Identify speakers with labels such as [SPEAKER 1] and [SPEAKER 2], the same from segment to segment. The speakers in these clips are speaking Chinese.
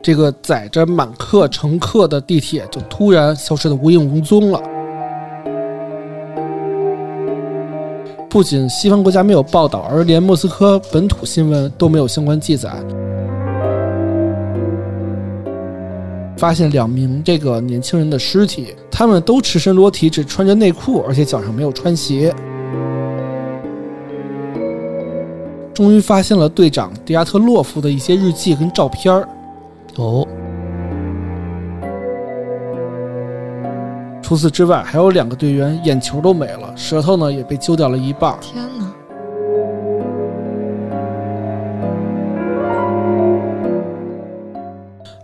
[SPEAKER 1] 这个载着满客乘客的地铁就突然消失得无影无踪了。不仅西方国家没有报道，而连莫斯科本土新闻都没有相关记载。发现两名这个年轻人的尸体，他们都赤身裸体，只穿着内裤，而且脚上没有穿鞋。终于发现了队长迪亚特洛夫的一些日记跟照片儿。
[SPEAKER 2] 哦，
[SPEAKER 1] 除此之外，还有两个队员眼球都没了，舌头呢也被揪掉了一半儿。
[SPEAKER 3] 天哪！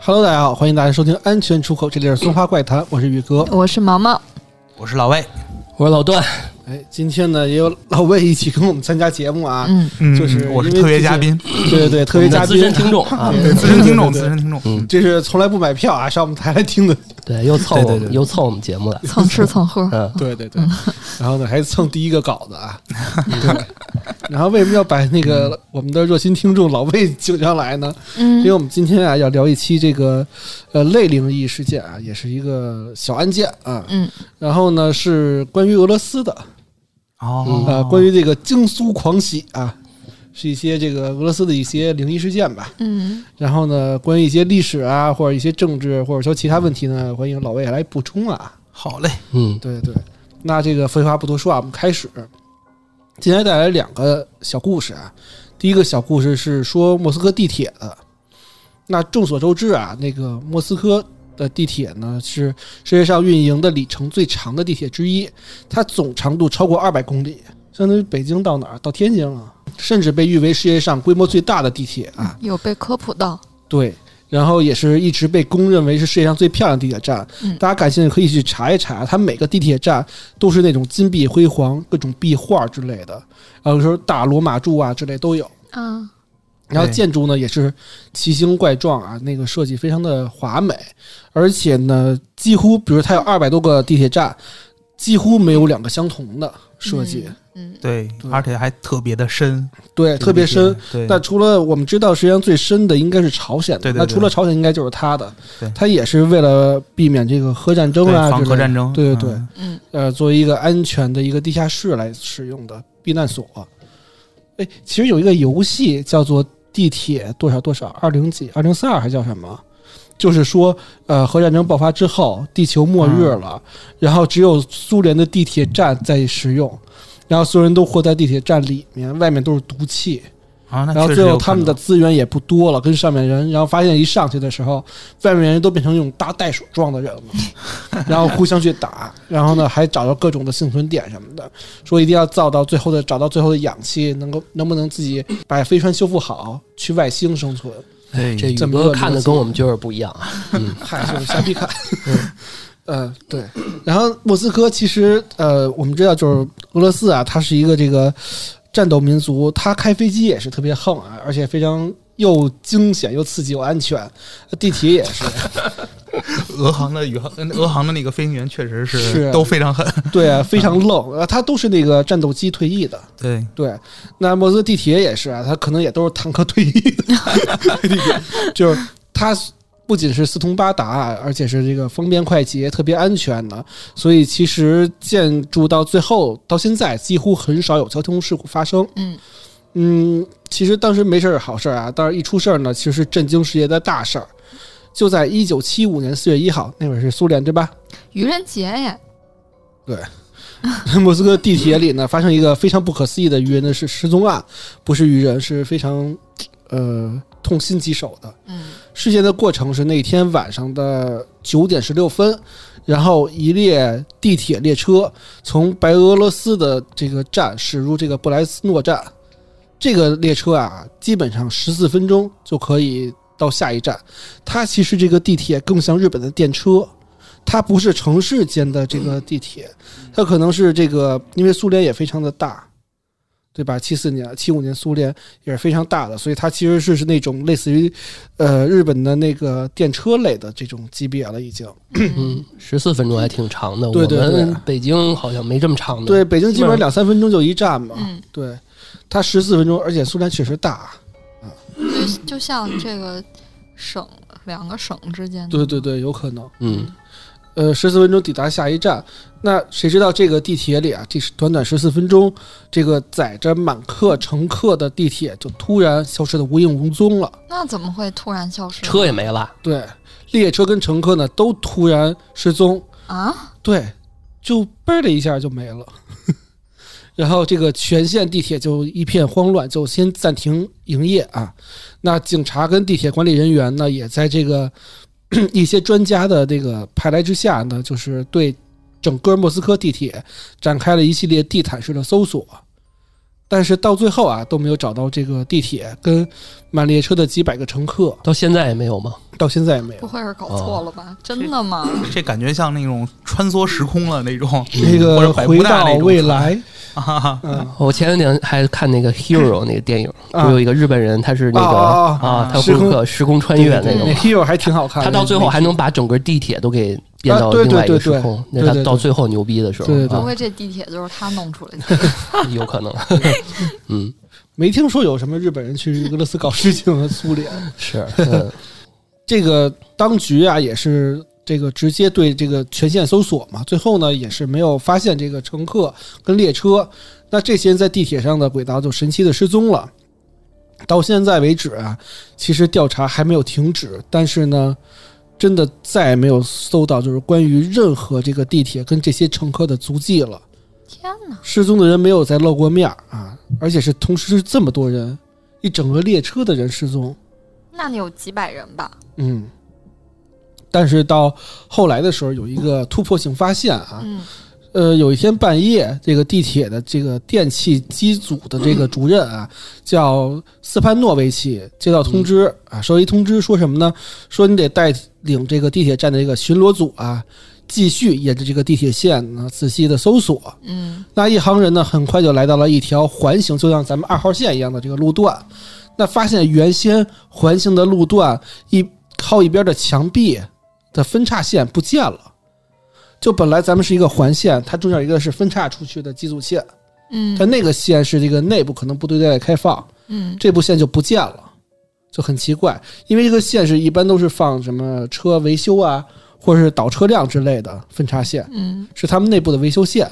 [SPEAKER 1] Hello，大家好，欢迎大家收听《安全出口》，这里是松花怪谈，我是宇哥。
[SPEAKER 3] 我是毛毛，
[SPEAKER 4] 我是老魏，
[SPEAKER 2] 我是老段，
[SPEAKER 1] 哎，今天呢也有老魏一起跟我们参加节目啊，
[SPEAKER 3] 嗯，
[SPEAKER 1] 就是
[SPEAKER 4] 我是
[SPEAKER 1] 因为
[SPEAKER 4] 特别
[SPEAKER 1] 最近
[SPEAKER 4] 嘉宾，
[SPEAKER 1] 对对对， 特别嘉
[SPEAKER 2] 资
[SPEAKER 1] 宾
[SPEAKER 2] 深，听众啊，
[SPEAKER 1] 对
[SPEAKER 4] 资深听众，
[SPEAKER 1] 对对对
[SPEAKER 4] 资深听众。
[SPEAKER 2] 嗯，
[SPEAKER 1] 这是从来不买票啊，上我们台来听的。
[SPEAKER 2] 对，又凑
[SPEAKER 4] 对
[SPEAKER 2] 我
[SPEAKER 4] 对
[SPEAKER 2] 们
[SPEAKER 4] 对
[SPEAKER 2] 又凑我们节目了，，
[SPEAKER 3] 蹭吃蹭喝
[SPEAKER 2] 嗯，
[SPEAKER 1] 对对对，然后呢还蹭第一个稿子啊，对。然后为什么要把那
[SPEAKER 4] 嗯
[SPEAKER 1] 个我们的热心听众老魏请上来呢？因
[SPEAKER 3] 嗯
[SPEAKER 1] 为我们今天啊要聊一期这个呃类灵异事件啊，也是一个小案件啊。
[SPEAKER 3] 嗯，
[SPEAKER 1] 然后呢是关于俄罗斯的，
[SPEAKER 4] 哦
[SPEAKER 1] 呃，关于这个京苏狂喜啊，是一些这个俄罗斯的一些灵异事件吧。
[SPEAKER 3] 嗯，
[SPEAKER 1] 然后呢，关于一些历史啊，或者一些政治，或者说其他问题呢，欢迎老魏来补充啊。
[SPEAKER 4] 好嘞，
[SPEAKER 2] 嗯，
[SPEAKER 1] 对对，那这个废话不多说啊，我们开始。今天带来两个小故事啊，第一个小故事是说莫斯科地铁的。那众所周知啊，那个莫斯科的地铁呢是世界上运营的里程最长的地铁之一，它总长度超过二百公里，相当于北京到哪儿到天津了，甚至被誉为世界上规模最大的地铁啊。
[SPEAKER 3] 有被科普到，
[SPEAKER 1] 对，然后也是一直被公认为是世界上最漂亮的地铁站。
[SPEAKER 3] 嗯
[SPEAKER 1] 大家感兴趣可以去查一查，它每个地铁站都是那种金碧辉煌、各种壁画之类的，然后说大罗马柱啊之类都有。
[SPEAKER 3] 啊，
[SPEAKER 1] 然后
[SPEAKER 4] 对
[SPEAKER 1] 建筑呢也是奇形怪状啊，那个设计非常的华美，而且呢，几乎比如它有二百多个地铁站，几乎没有两个相同的设计，
[SPEAKER 3] 嗯，嗯，
[SPEAKER 4] 对
[SPEAKER 1] 对，
[SPEAKER 4] 而且还特别的深，
[SPEAKER 1] 对，特别深。，
[SPEAKER 4] 对，
[SPEAKER 1] 那除了我们知道，实际上最深的应该是朝鲜的。
[SPEAKER 4] 对对对
[SPEAKER 1] 那除了朝鲜，应该就是它的
[SPEAKER 4] 对。
[SPEAKER 1] 它也是为了避免这个核战争
[SPEAKER 4] 对
[SPEAKER 1] 啊，
[SPEAKER 4] 防
[SPEAKER 1] 之类
[SPEAKER 4] 核
[SPEAKER 1] 的
[SPEAKER 4] 战争，
[SPEAKER 1] 对对对
[SPEAKER 4] 嗯
[SPEAKER 3] 嗯，
[SPEAKER 1] 呃，作为一个安全的一个地下室来使用的避难所。哎，其实有一个游戏叫做《地铁多少多少二零几二零四二》，还叫什么？就是说，呃，核战争爆发之后，地球末日了，
[SPEAKER 4] 嗯
[SPEAKER 1] 然后只有苏联的地铁站在使用，然后所有人都活在地铁站里面，外面都是毒气。
[SPEAKER 4] 啊，那
[SPEAKER 1] 然后
[SPEAKER 4] 确
[SPEAKER 1] 最
[SPEAKER 4] 实
[SPEAKER 1] 后
[SPEAKER 4] 有
[SPEAKER 1] 他们的
[SPEAKER 4] 可
[SPEAKER 1] 资源也不多了，跟上面人，然后发现一上去的时候，外面人都变成那种大袋鼠状的人了，然后互相去打，然后呢还找到各种的幸存点什么的，说一定要造到最后的，找到最后的氧气，能够能不能自己把飞船修复好，去外星生存？
[SPEAKER 4] 能，
[SPEAKER 2] 这
[SPEAKER 4] 对，
[SPEAKER 2] 宇
[SPEAKER 1] 嗯这么一
[SPEAKER 2] 哥
[SPEAKER 1] 个
[SPEAKER 2] 看的
[SPEAKER 1] 逻辑
[SPEAKER 2] 跟我们就是不一样啊，嗯，
[SPEAKER 1] 嗨，就是瞎逼 看。呃，对。然后莫斯科其实呃，我们知道就是俄罗斯啊，它是一个这个战斗民族，它开飞机也是特别横啊，而且非常又惊险又刺激又安全，地铁也 是。
[SPEAKER 4] 俄航的宇航，俄航的那个飞行员确实
[SPEAKER 1] 是啊
[SPEAKER 4] 是都非常狠，
[SPEAKER 1] 对啊，非常 愣啊，它都是那个战斗机退役的。
[SPEAKER 4] 对，
[SPEAKER 1] 对，那莫斯科地铁也是啊，它可能也都是坦克退役的地铁，就是它不仅是四通八达啊，而且是这个方便快捷、特别安全的，所以其实建筑到最后到现在几乎很少有交通事故发生。
[SPEAKER 3] 嗯，
[SPEAKER 1] 嗯，其实当时没事儿是好事儿啊，但是一出事儿呢，其实是震惊世界的大事儿。就在一九七五年四月一号，那会儿是苏联对吧？
[SPEAKER 3] 愚人节耶，
[SPEAKER 1] 莫斯科地铁里呢，发生一个非常不可思议的愚人的失失踪案，不是愚人，是非常呃痛心疾首的。
[SPEAKER 3] 嗯
[SPEAKER 1] 事件的过程是那天晚上的九点十六分，然后一列地铁列车从白俄罗斯的这个站驶入这个布莱斯诺站。这个列车啊，基本上十四分钟就可以到下一站。它其实这个地铁更像日本的电车，它不是城市间的这个地铁，它可能是这个，因为苏联也非常的大，对吧？七四年、七五年苏联也是非常大的，所以它其实是是那种类似于呃日本的那个电车类的这种级别了，已经。
[SPEAKER 2] 嗯，十四分钟还挺长的，
[SPEAKER 1] 对对
[SPEAKER 2] 我
[SPEAKER 1] 对
[SPEAKER 2] 们北京好像没这么长的，
[SPEAKER 1] 对，，北京基本上
[SPEAKER 2] 基本上
[SPEAKER 1] 两三分钟就一站嘛。
[SPEAKER 3] 嗯，
[SPEAKER 1] 对，它十四分钟，而且苏联确实大。
[SPEAKER 3] 就就像这个省两个省之间的。
[SPEAKER 1] 对对对，有可能。
[SPEAKER 2] 嗯，
[SPEAKER 1] 呃，十四分钟抵达下一站。那谁知道这个地铁里啊，这是短短十四分钟，这个载着满客乘客的地铁就突然消失的无影无踪了。
[SPEAKER 3] 那怎么会突然消失？
[SPEAKER 2] 车也没了，
[SPEAKER 1] 对，列车跟乘客呢都突然失踪，
[SPEAKER 3] 啊，
[SPEAKER 1] 对，就嘣儿的一下就没了。 然后这个全线地铁就一片慌乱，就先暂停营业啊。那警察跟地铁管理人员呢，也在这个 一些专家的这个派来之下呢，就是对整个莫斯科地铁展开了一系列地毯式的搜索。但是到最后啊，都没有找到这个地铁跟满列车的几百个乘客，
[SPEAKER 2] 到现在也没有吗？
[SPEAKER 1] 到现在也没有
[SPEAKER 3] 不。会是搞错了吧？真的吗？
[SPEAKER 4] 这感觉像那种穿梭时空了那种
[SPEAKER 1] 这
[SPEAKER 4] 或
[SPEAKER 1] 个
[SPEAKER 4] 者百慕
[SPEAKER 1] 回
[SPEAKER 4] 大
[SPEAKER 1] 到
[SPEAKER 4] 那种
[SPEAKER 1] 未来，
[SPEAKER 4] 啊，
[SPEAKER 1] 嗯，
[SPEAKER 2] 我前两天还看那个《Hero》那个电影，
[SPEAKER 1] 啊
[SPEAKER 2] 不有一个日本人，他是那个
[SPEAKER 1] 哦哦
[SPEAKER 4] 哦
[SPEAKER 2] 啊，他
[SPEAKER 1] 时
[SPEAKER 2] 不
[SPEAKER 1] 空
[SPEAKER 2] 是可时空穿越那
[SPEAKER 1] 对对
[SPEAKER 2] 种
[SPEAKER 1] 对
[SPEAKER 2] 吗，
[SPEAKER 1] ，Hero 还挺好看的。
[SPEAKER 2] 他到最后还能把整个地铁都给变
[SPEAKER 1] 啊
[SPEAKER 2] 到
[SPEAKER 1] 对
[SPEAKER 2] 另外一
[SPEAKER 1] 对
[SPEAKER 2] 个
[SPEAKER 1] 对
[SPEAKER 2] 时空，
[SPEAKER 1] 对
[SPEAKER 2] 那
[SPEAKER 1] 对
[SPEAKER 2] 他
[SPEAKER 1] 对
[SPEAKER 2] 到最后牛逼的时候，
[SPEAKER 1] 对对
[SPEAKER 3] 不
[SPEAKER 2] 啊
[SPEAKER 3] 会这地铁就是他弄出来的？
[SPEAKER 2] 有可 能，嗯，
[SPEAKER 1] 没听说有什么日本人去俄罗斯搞事情的苏联。
[SPEAKER 2] 是，嗯
[SPEAKER 1] 这个当局啊，也是这个直接对这个全线搜索嘛，最后呢也是没有发现这个乘客跟列车，那这些人在地铁上的轨道就神奇的失踪了。到现在为止啊，其实调查还没有停止，但是呢，真的再也没有搜到就是关于任何这个地铁跟这些乘客的足迹了。
[SPEAKER 3] 天哪！
[SPEAKER 1] 失踪的人没有再露过面儿啊，而且是同时是这么多人，一整个列车的人失踪，
[SPEAKER 3] 那得有几百人吧？
[SPEAKER 1] 嗯。但是到后来的时候，有一个突破性发现啊，
[SPEAKER 3] 嗯，
[SPEAKER 1] 呃，有一天半夜，这个地铁的这个电气机组的这个主任啊，叫斯潘诺维奇，接到通知啊，收到一通知说什么呢？说你得带领这个地铁站的这个巡逻组啊，继续沿着这个地铁线呢仔细的搜索。
[SPEAKER 3] 嗯，
[SPEAKER 1] 那一行人呢，很快就来到了一条环形，就像咱们二号线一样的这个路段。那发现原先环形的路段一靠一边的墙壁的分叉线不见了，就本来咱们是一个环线，它中间有一个是分叉出去的机组线，
[SPEAKER 3] 嗯
[SPEAKER 1] 但那个线是这个内部可能不对外开放，
[SPEAKER 3] 嗯
[SPEAKER 1] 这部线就不见了，就很奇怪，因为这个线是一般都是放什么车维修啊，或者是倒车辆之类的分叉线。
[SPEAKER 3] 嗯
[SPEAKER 1] 是他们内部的维修线。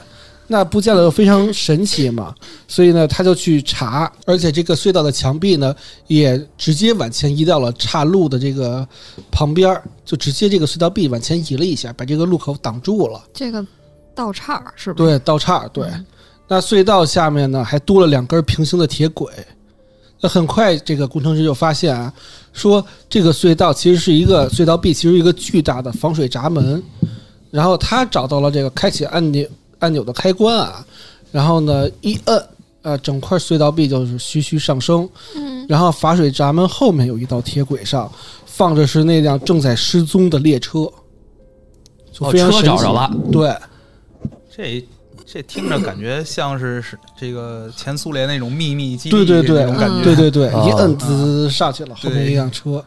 [SPEAKER 1] 那不见了又非常神奇嘛，所以呢，他就去查，而且这个隧道的墙壁呢，也直接往前移到了岔路的这个旁边儿，就直接这个隧道壁往前移了一下，把这个路口挡住了。
[SPEAKER 3] 这个倒岔儿是吧？
[SPEAKER 1] 对，倒岔，对。那隧道下面呢，还多了两根平行的铁轨。那很快，这个工程师就发现啊，说这个隧道其实是一个隧道壁，其实是一个巨大的防水闸门。然后他找到了这个开启按钮按钮的开关啊，然后呢一摁，呃，整块隧道壁就是徐徐上升。
[SPEAKER 3] 嗯，
[SPEAKER 1] 然后阀水闸门后面有一道铁轨上放着是那辆正在失踪的列车，就
[SPEAKER 2] 哦，
[SPEAKER 1] 非常神
[SPEAKER 2] 车
[SPEAKER 1] 奇。
[SPEAKER 2] 找着了，
[SPEAKER 1] 对，
[SPEAKER 4] 这这听着感觉像是是这个前苏联那种秘密基地
[SPEAKER 1] 对对对，
[SPEAKER 4] 那种感
[SPEAKER 3] 嗯
[SPEAKER 4] 觉，
[SPEAKER 1] 对对对，
[SPEAKER 2] 啊
[SPEAKER 1] 一摁滋上去了，后
[SPEAKER 4] 对
[SPEAKER 1] 面一辆车，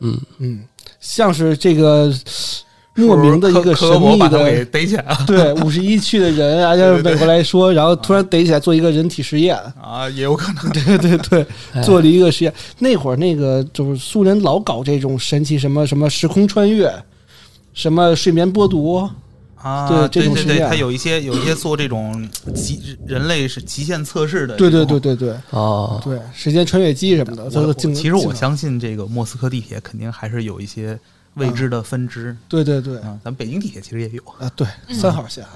[SPEAKER 2] 嗯，
[SPEAKER 1] 嗯，像是这个
[SPEAKER 4] 是不
[SPEAKER 1] 莫
[SPEAKER 4] 是
[SPEAKER 1] 名的一
[SPEAKER 4] 科
[SPEAKER 1] 个
[SPEAKER 4] 科
[SPEAKER 1] 神
[SPEAKER 4] 我
[SPEAKER 1] 秘
[SPEAKER 4] 把他给
[SPEAKER 1] 的，
[SPEAKER 4] 逮起来了
[SPEAKER 1] 对五十一区的人啊，像是美国来说，然后突然逮起来做一个人体实 验，
[SPEAKER 4] 啊，也有可能。
[SPEAKER 1] 对对对，
[SPEAKER 2] 哎
[SPEAKER 1] 做了一个实验。那会儿那个就是苏联老搞这种神奇什么什么时空穿越，什么睡眠剥夺，
[SPEAKER 4] 啊，
[SPEAKER 1] 对这
[SPEAKER 4] 对
[SPEAKER 1] 种
[SPEAKER 4] 对
[SPEAKER 1] 实验
[SPEAKER 4] 对，他有一些有一些做这种极人类是极限测试的这
[SPEAKER 1] 对
[SPEAKER 4] 种，
[SPEAKER 1] 对对对对
[SPEAKER 2] 哦，
[SPEAKER 1] 对，时间穿越机什么的，
[SPEAKER 4] 我
[SPEAKER 1] 都
[SPEAKER 4] 我
[SPEAKER 1] 是经。
[SPEAKER 4] 其实我
[SPEAKER 1] 经
[SPEAKER 4] 相信这个莫斯科地铁肯定还是有一些未知的分支
[SPEAKER 1] 对对对
[SPEAKER 4] 啊，咱北京地铁其实也有，
[SPEAKER 1] 啊，对三号线啊，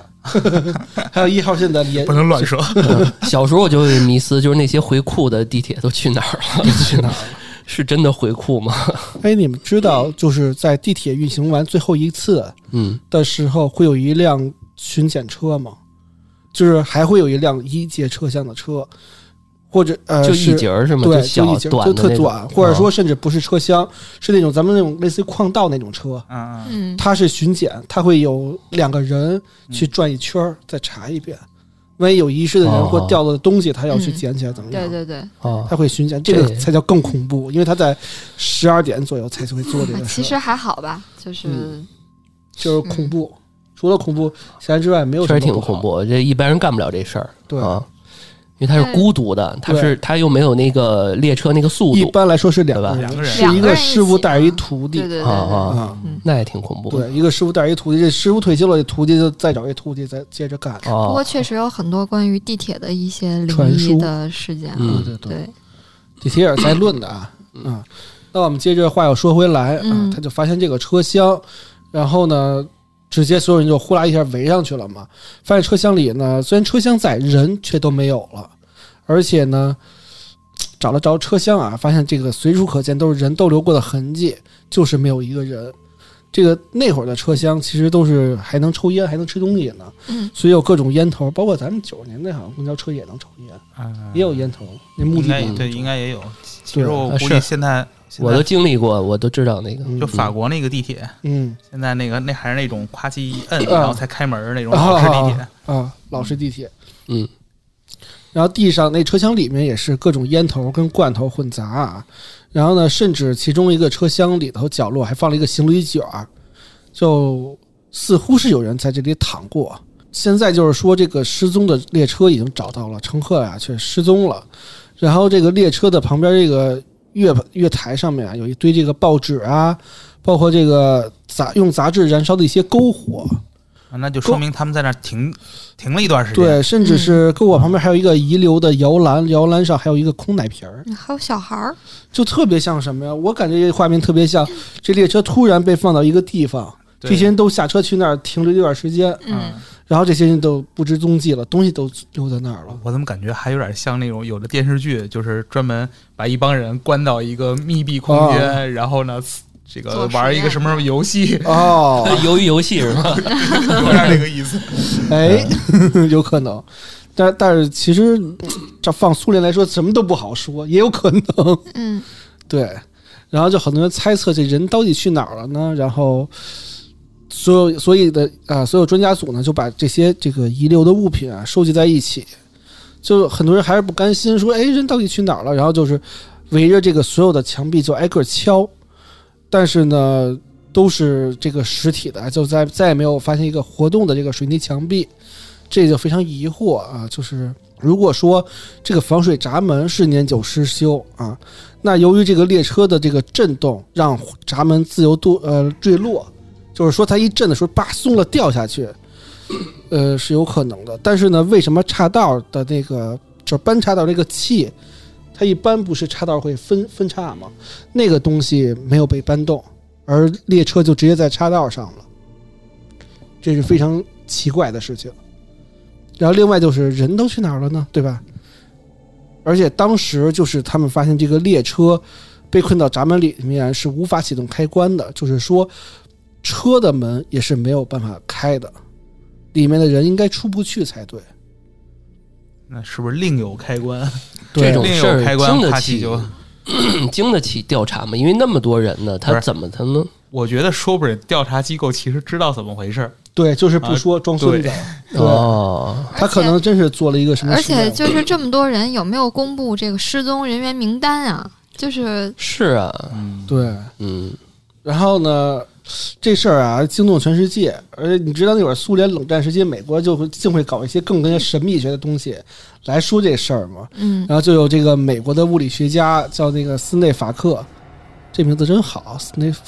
[SPEAKER 1] 还有一号线的也
[SPEAKER 4] 能乱说。
[SPEAKER 2] 嗯 小时候我就有迷思，就是那些回库的地铁都去哪儿了？去哪儿了？ 是真的回库吗？
[SPEAKER 1] 哎，你们知道，就是在地铁运行完最后一次
[SPEAKER 2] 嗯，
[SPEAKER 1] 的时候，会有一辆巡检车吗？就是还会有一辆一节车厢的车，或者呃，
[SPEAKER 2] 嗯就是一节儿是吗？
[SPEAKER 1] 对，就
[SPEAKER 2] 小
[SPEAKER 1] 一节，
[SPEAKER 2] 短
[SPEAKER 1] 就
[SPEAKER 2] 的
[SPEAKER 1] 特
[SPEAKER 2] 那种
[SPEAKER 1] 短，或者说
[SPEAKER 2] 哦
[SPEAKER 1] 甚至不是车厢，是那种咱们那种类似于矿道那种车。
[SPEAKER 4] 嗯嗯，
[SPEAKER 3] 嗯，
[SPEAKER 1] 它是巡检，它会有两个人去
[SPEAKER 4] 嗯
[SPEAKER 1] 转一圈儿，再查一遍，万一有遗失的人
[SPEAKER 2] 哦
[SPEAKER 1] 或掉了的东西，他要去
[SPEAKER 3] 嗯
[SPEAKER 1] 捡起来，怎么样？
[SPEAKER 3] 对对对。
[SPEAKER 2] 哦
[SPEAKER 1] 他会巡检，这个
[SPEAKER 2] 这
[SPEAKER 1] 才叫更恐怖，因为他在十二点左右才会做这个事儿。
[SPEAKER 3] 啊其实还好吧，就是、
[SPEAKER 1] 嗯就是恐怖，除了恐怖，其他之外没有
[SPEAKER 2] 确
[SPEAKER 1] 什么
[SPEAKER 2] 实挺
[SPEAKER 1] 不好
[SPEAKER 2] 恐。怖，这一般人干不了这事儿
[SPEAKER 1] 对，
[SPEAKER 2] 啊。因为他是孤独的，他是他又没有那个列车那个速
[SPEAKER 1] 一
[SPEAKER 2] 度，
[SPEAKER 1] 般来说是两个
[SPEAKER 4] 对吧两个
[SPEAKER 1] 人，
[SPEAKER 4] 人
[SPEAKER 1] 是一
[SPEAKER 3] 两个人一起
[SPEAKER 1] 师傅带着一
[SPEAKER 3] 嘛
[SPEAKER 1] 徒弟
[SPEAKER 3] 对对对
[SPEAKER 2] 啊啊
[SPEAKER 3] 对，
[SPEAKER 1] 啊。
[SPEAKER 2] 那也挺恐怖的。
[SPEAKER 1] 对，一个师傅带着一徒弟，这师傅退休了，这徒弟就再找一徒弟，再接着干。
[SPEAKER 3] 不
[SPEAKER 2] 哦
[SPEAKER 3] 过，确实有很多关于地铁的一些
[SPEAKER 1] 啊
[SPEAKER 3] 灵
[SPEAKER 1] 传
[SPEAKER 3] 异
[SPEAKER 1] 说
[SPEAKER 3] 的事件啊，
[SPEAKER 2] 嗯
[SPEAKER 1] 对对，
[SPEAKER 3] 对，
[SPEAKER 1] 这些也是在论的啊。啊，那我们接着话又说回来啊
[SPEAKER 3] 嗯，
[SPEAKER 1] 他就发现这个车厢，然后呢，直接所有人就呼啦一下围上去了嘛。发现车厢里呢，虽然车厢在，人却都没有了，而且呢，找了找车厢啊，发现这个随处可见都是人逗留过的痕迹，就是没有一个人。这个那会儿的车厢其实都是还能抽烟，还能吃东西呢，
[SPEAKER 3] 嗯
[SPEAKER 1] 所以有各种烟头，包括咱们九十年代好像公交车也能抽烟，
[SPEAKER 3] 嗯
[SPEAKER 1] 啊也有烟头，那目的
[SPEAKER 4] 应该
[SPEAKER 1] 地
[SPEAKER 4] 对，应该也有。其实我
[SPEAKER 2] 啊
[SPEAKER 4] 估
[SPEAKER 2] 是
[SPEAKER 4] 计现在现
[SPEAKER 2] 我都
[SPEAKER 4] 在
[SPEAKER 2] 经历过，我都知道那个。
[SPEAKER 1] 嗯
[SPEAKER 4] 就法国那个地铁，
[SPEAKER 1] 嗯
[SPEAKER 4] 现在那个那还是那种夸叽一摁，
[SPEAKER 1] 啊
[SPEAKER 4] 然后才开门儿那种老式地铁。
[SPEAKER 1] 啊，老式地铁，
[SPEAKER 2] 嗯，
[SPEAKER 1] 然后地上那车厢里面也是各种烟头跟罐头混杂啊，然后呢，甚至其中一个车厢里头角落还放了一个行李卷儿，就似乎是有人在这里躺过。现在就是说，这个失踪的列车已经找到了，乘客啊却失踪了。然后这个列车的旁边这个月月台上面啊，有一堆这个报纸啊，包括这个杂用杂志燃烧的一些篝火，
[SPEAKER 4] 啊那就说明他们在那儿停停了一段时间。
[SPEAKER 1] 对，甚至是篝火旁边还有一个遗留的摇篮，摇篮上还有一个空奶瓶儿，
[SPEAKER 3] 嗯还有小孩儿，
[SPEAKER 1] 就特别像什么呀？我感觉这画面特别像这列车突然被放到一个地方，
[SPEAKER 4] 对
[SPEAKER 1] 这些人都下车去那儿停留一段时间，
[SPEAKER 3] 嗯，
[SPEAKER 1] 然后这些人都不知踪迹了，东西都丢在那儿了。
[SPEAKER 4] 我怎么感觉还有点像那种有的电视剧，就是专门把一帮人关到一个密闭空
[SPEAKER 1] 啊
[SPEAKER 4] 间，然后呢，这个
[SPEAKER 3] 做实验
[SPEAKER 4] 玩一个什么什么游戏，
[SPEAKER 1] 哦，
[SPEAKER 2] 哎鱿鱼游戏是吧？
[SPEAKER 4] 有点这个意思。
[SPEAKER 1] 哎， 有可能，但但是其实嗯这放苏联来说什么都不好说，也有可能。
[SPEAKER 3] 嗯，
[SPEAKER 1] 对，然后就很多人猜测这人到底去哪儿了呢？然后所有所以的啊、所有专家组呢就把这些这个遗留的物品啊收集在一起，就很多人还是不甘心，说哎人到底去哪儿了？然后就是围着这个所有的墙壁就挨个敲，但是呢。都是这个实体的，就再再也没有发现一个活动的这个水泥墙壁，这就非常疑惑啊！就是如果说这个防水闸门是年久失修啊，那由于这个列车的这个震动，让闸门自由堕呃坠落，就是说它一震的时候，叭松了掉下去，呃是有可能的。但是呢，为什么岔道的那个就是搬岔道这个气，它一般不是岔道会分分叉吗？那个东西没有被搬动，而列车就直接在岔道上了，这是非常奇怪的事情。然后另外就是人都去哪儿了呢？对吧？而且当时就是他们发现这个列车被困到闸门里面是无法启动开关的，就是说车的门也是没有办法开的，里面的人应该出不去才对。
[SPEAKER 4] 那是不是另有开关？
[SPEAKER 2] 这种
[SPEAKER 4] 另
[SPEAKER 2] 事
[SPEAKER 4] 有开
[SPEAKER 2] 儿
[SPEAKER 4] 关
[SPEAKER 2] 经，得
[SPEAKER 4] 怕
[SPEAKER 2] 起
[SPEAKER 4] 起就
[SPEAKER 2] 经得起调查吗？因为那么多人
[SPEAKER 4] 不
[SPEAKER 2] 呢，他
[SPEAKER 4] 是
[SPEAKER 2] 怎么他能
[SPEAKER 4] 我觉得说不准调查机构其实知道怎么回事儿。
[SPEAKER 1] 对，就是不说装孙子，对
[SPEAKER 2] 啊哦？
[SPEAKER 1] 他可能真是做了一个什么啊
[SPEAKER 3] 而
[SPEAKER 1] 实验
[SPEAKER 3] 且就是这么多人，有没有公布这个失踪人员名单啊？就是
[SPEAKER 2] 是啊，
[SPEAKER 4] 嗯，
[SPEAKER 1] 对。
[SPEAKER 2] 嗯，
[SPEAKER 1] 然后呢，这事儿啊惊动全世界，而且你知道那会儿苏联冷战时期，美国就会竟会搞一些更跟神秘学的东西来说这事儿嘛。
[SPEAKER 3] 嗯，
[SPEAKER 1] 然后就有这个美国的物理学家叫那个斯内法克，这名字真好，斯内法。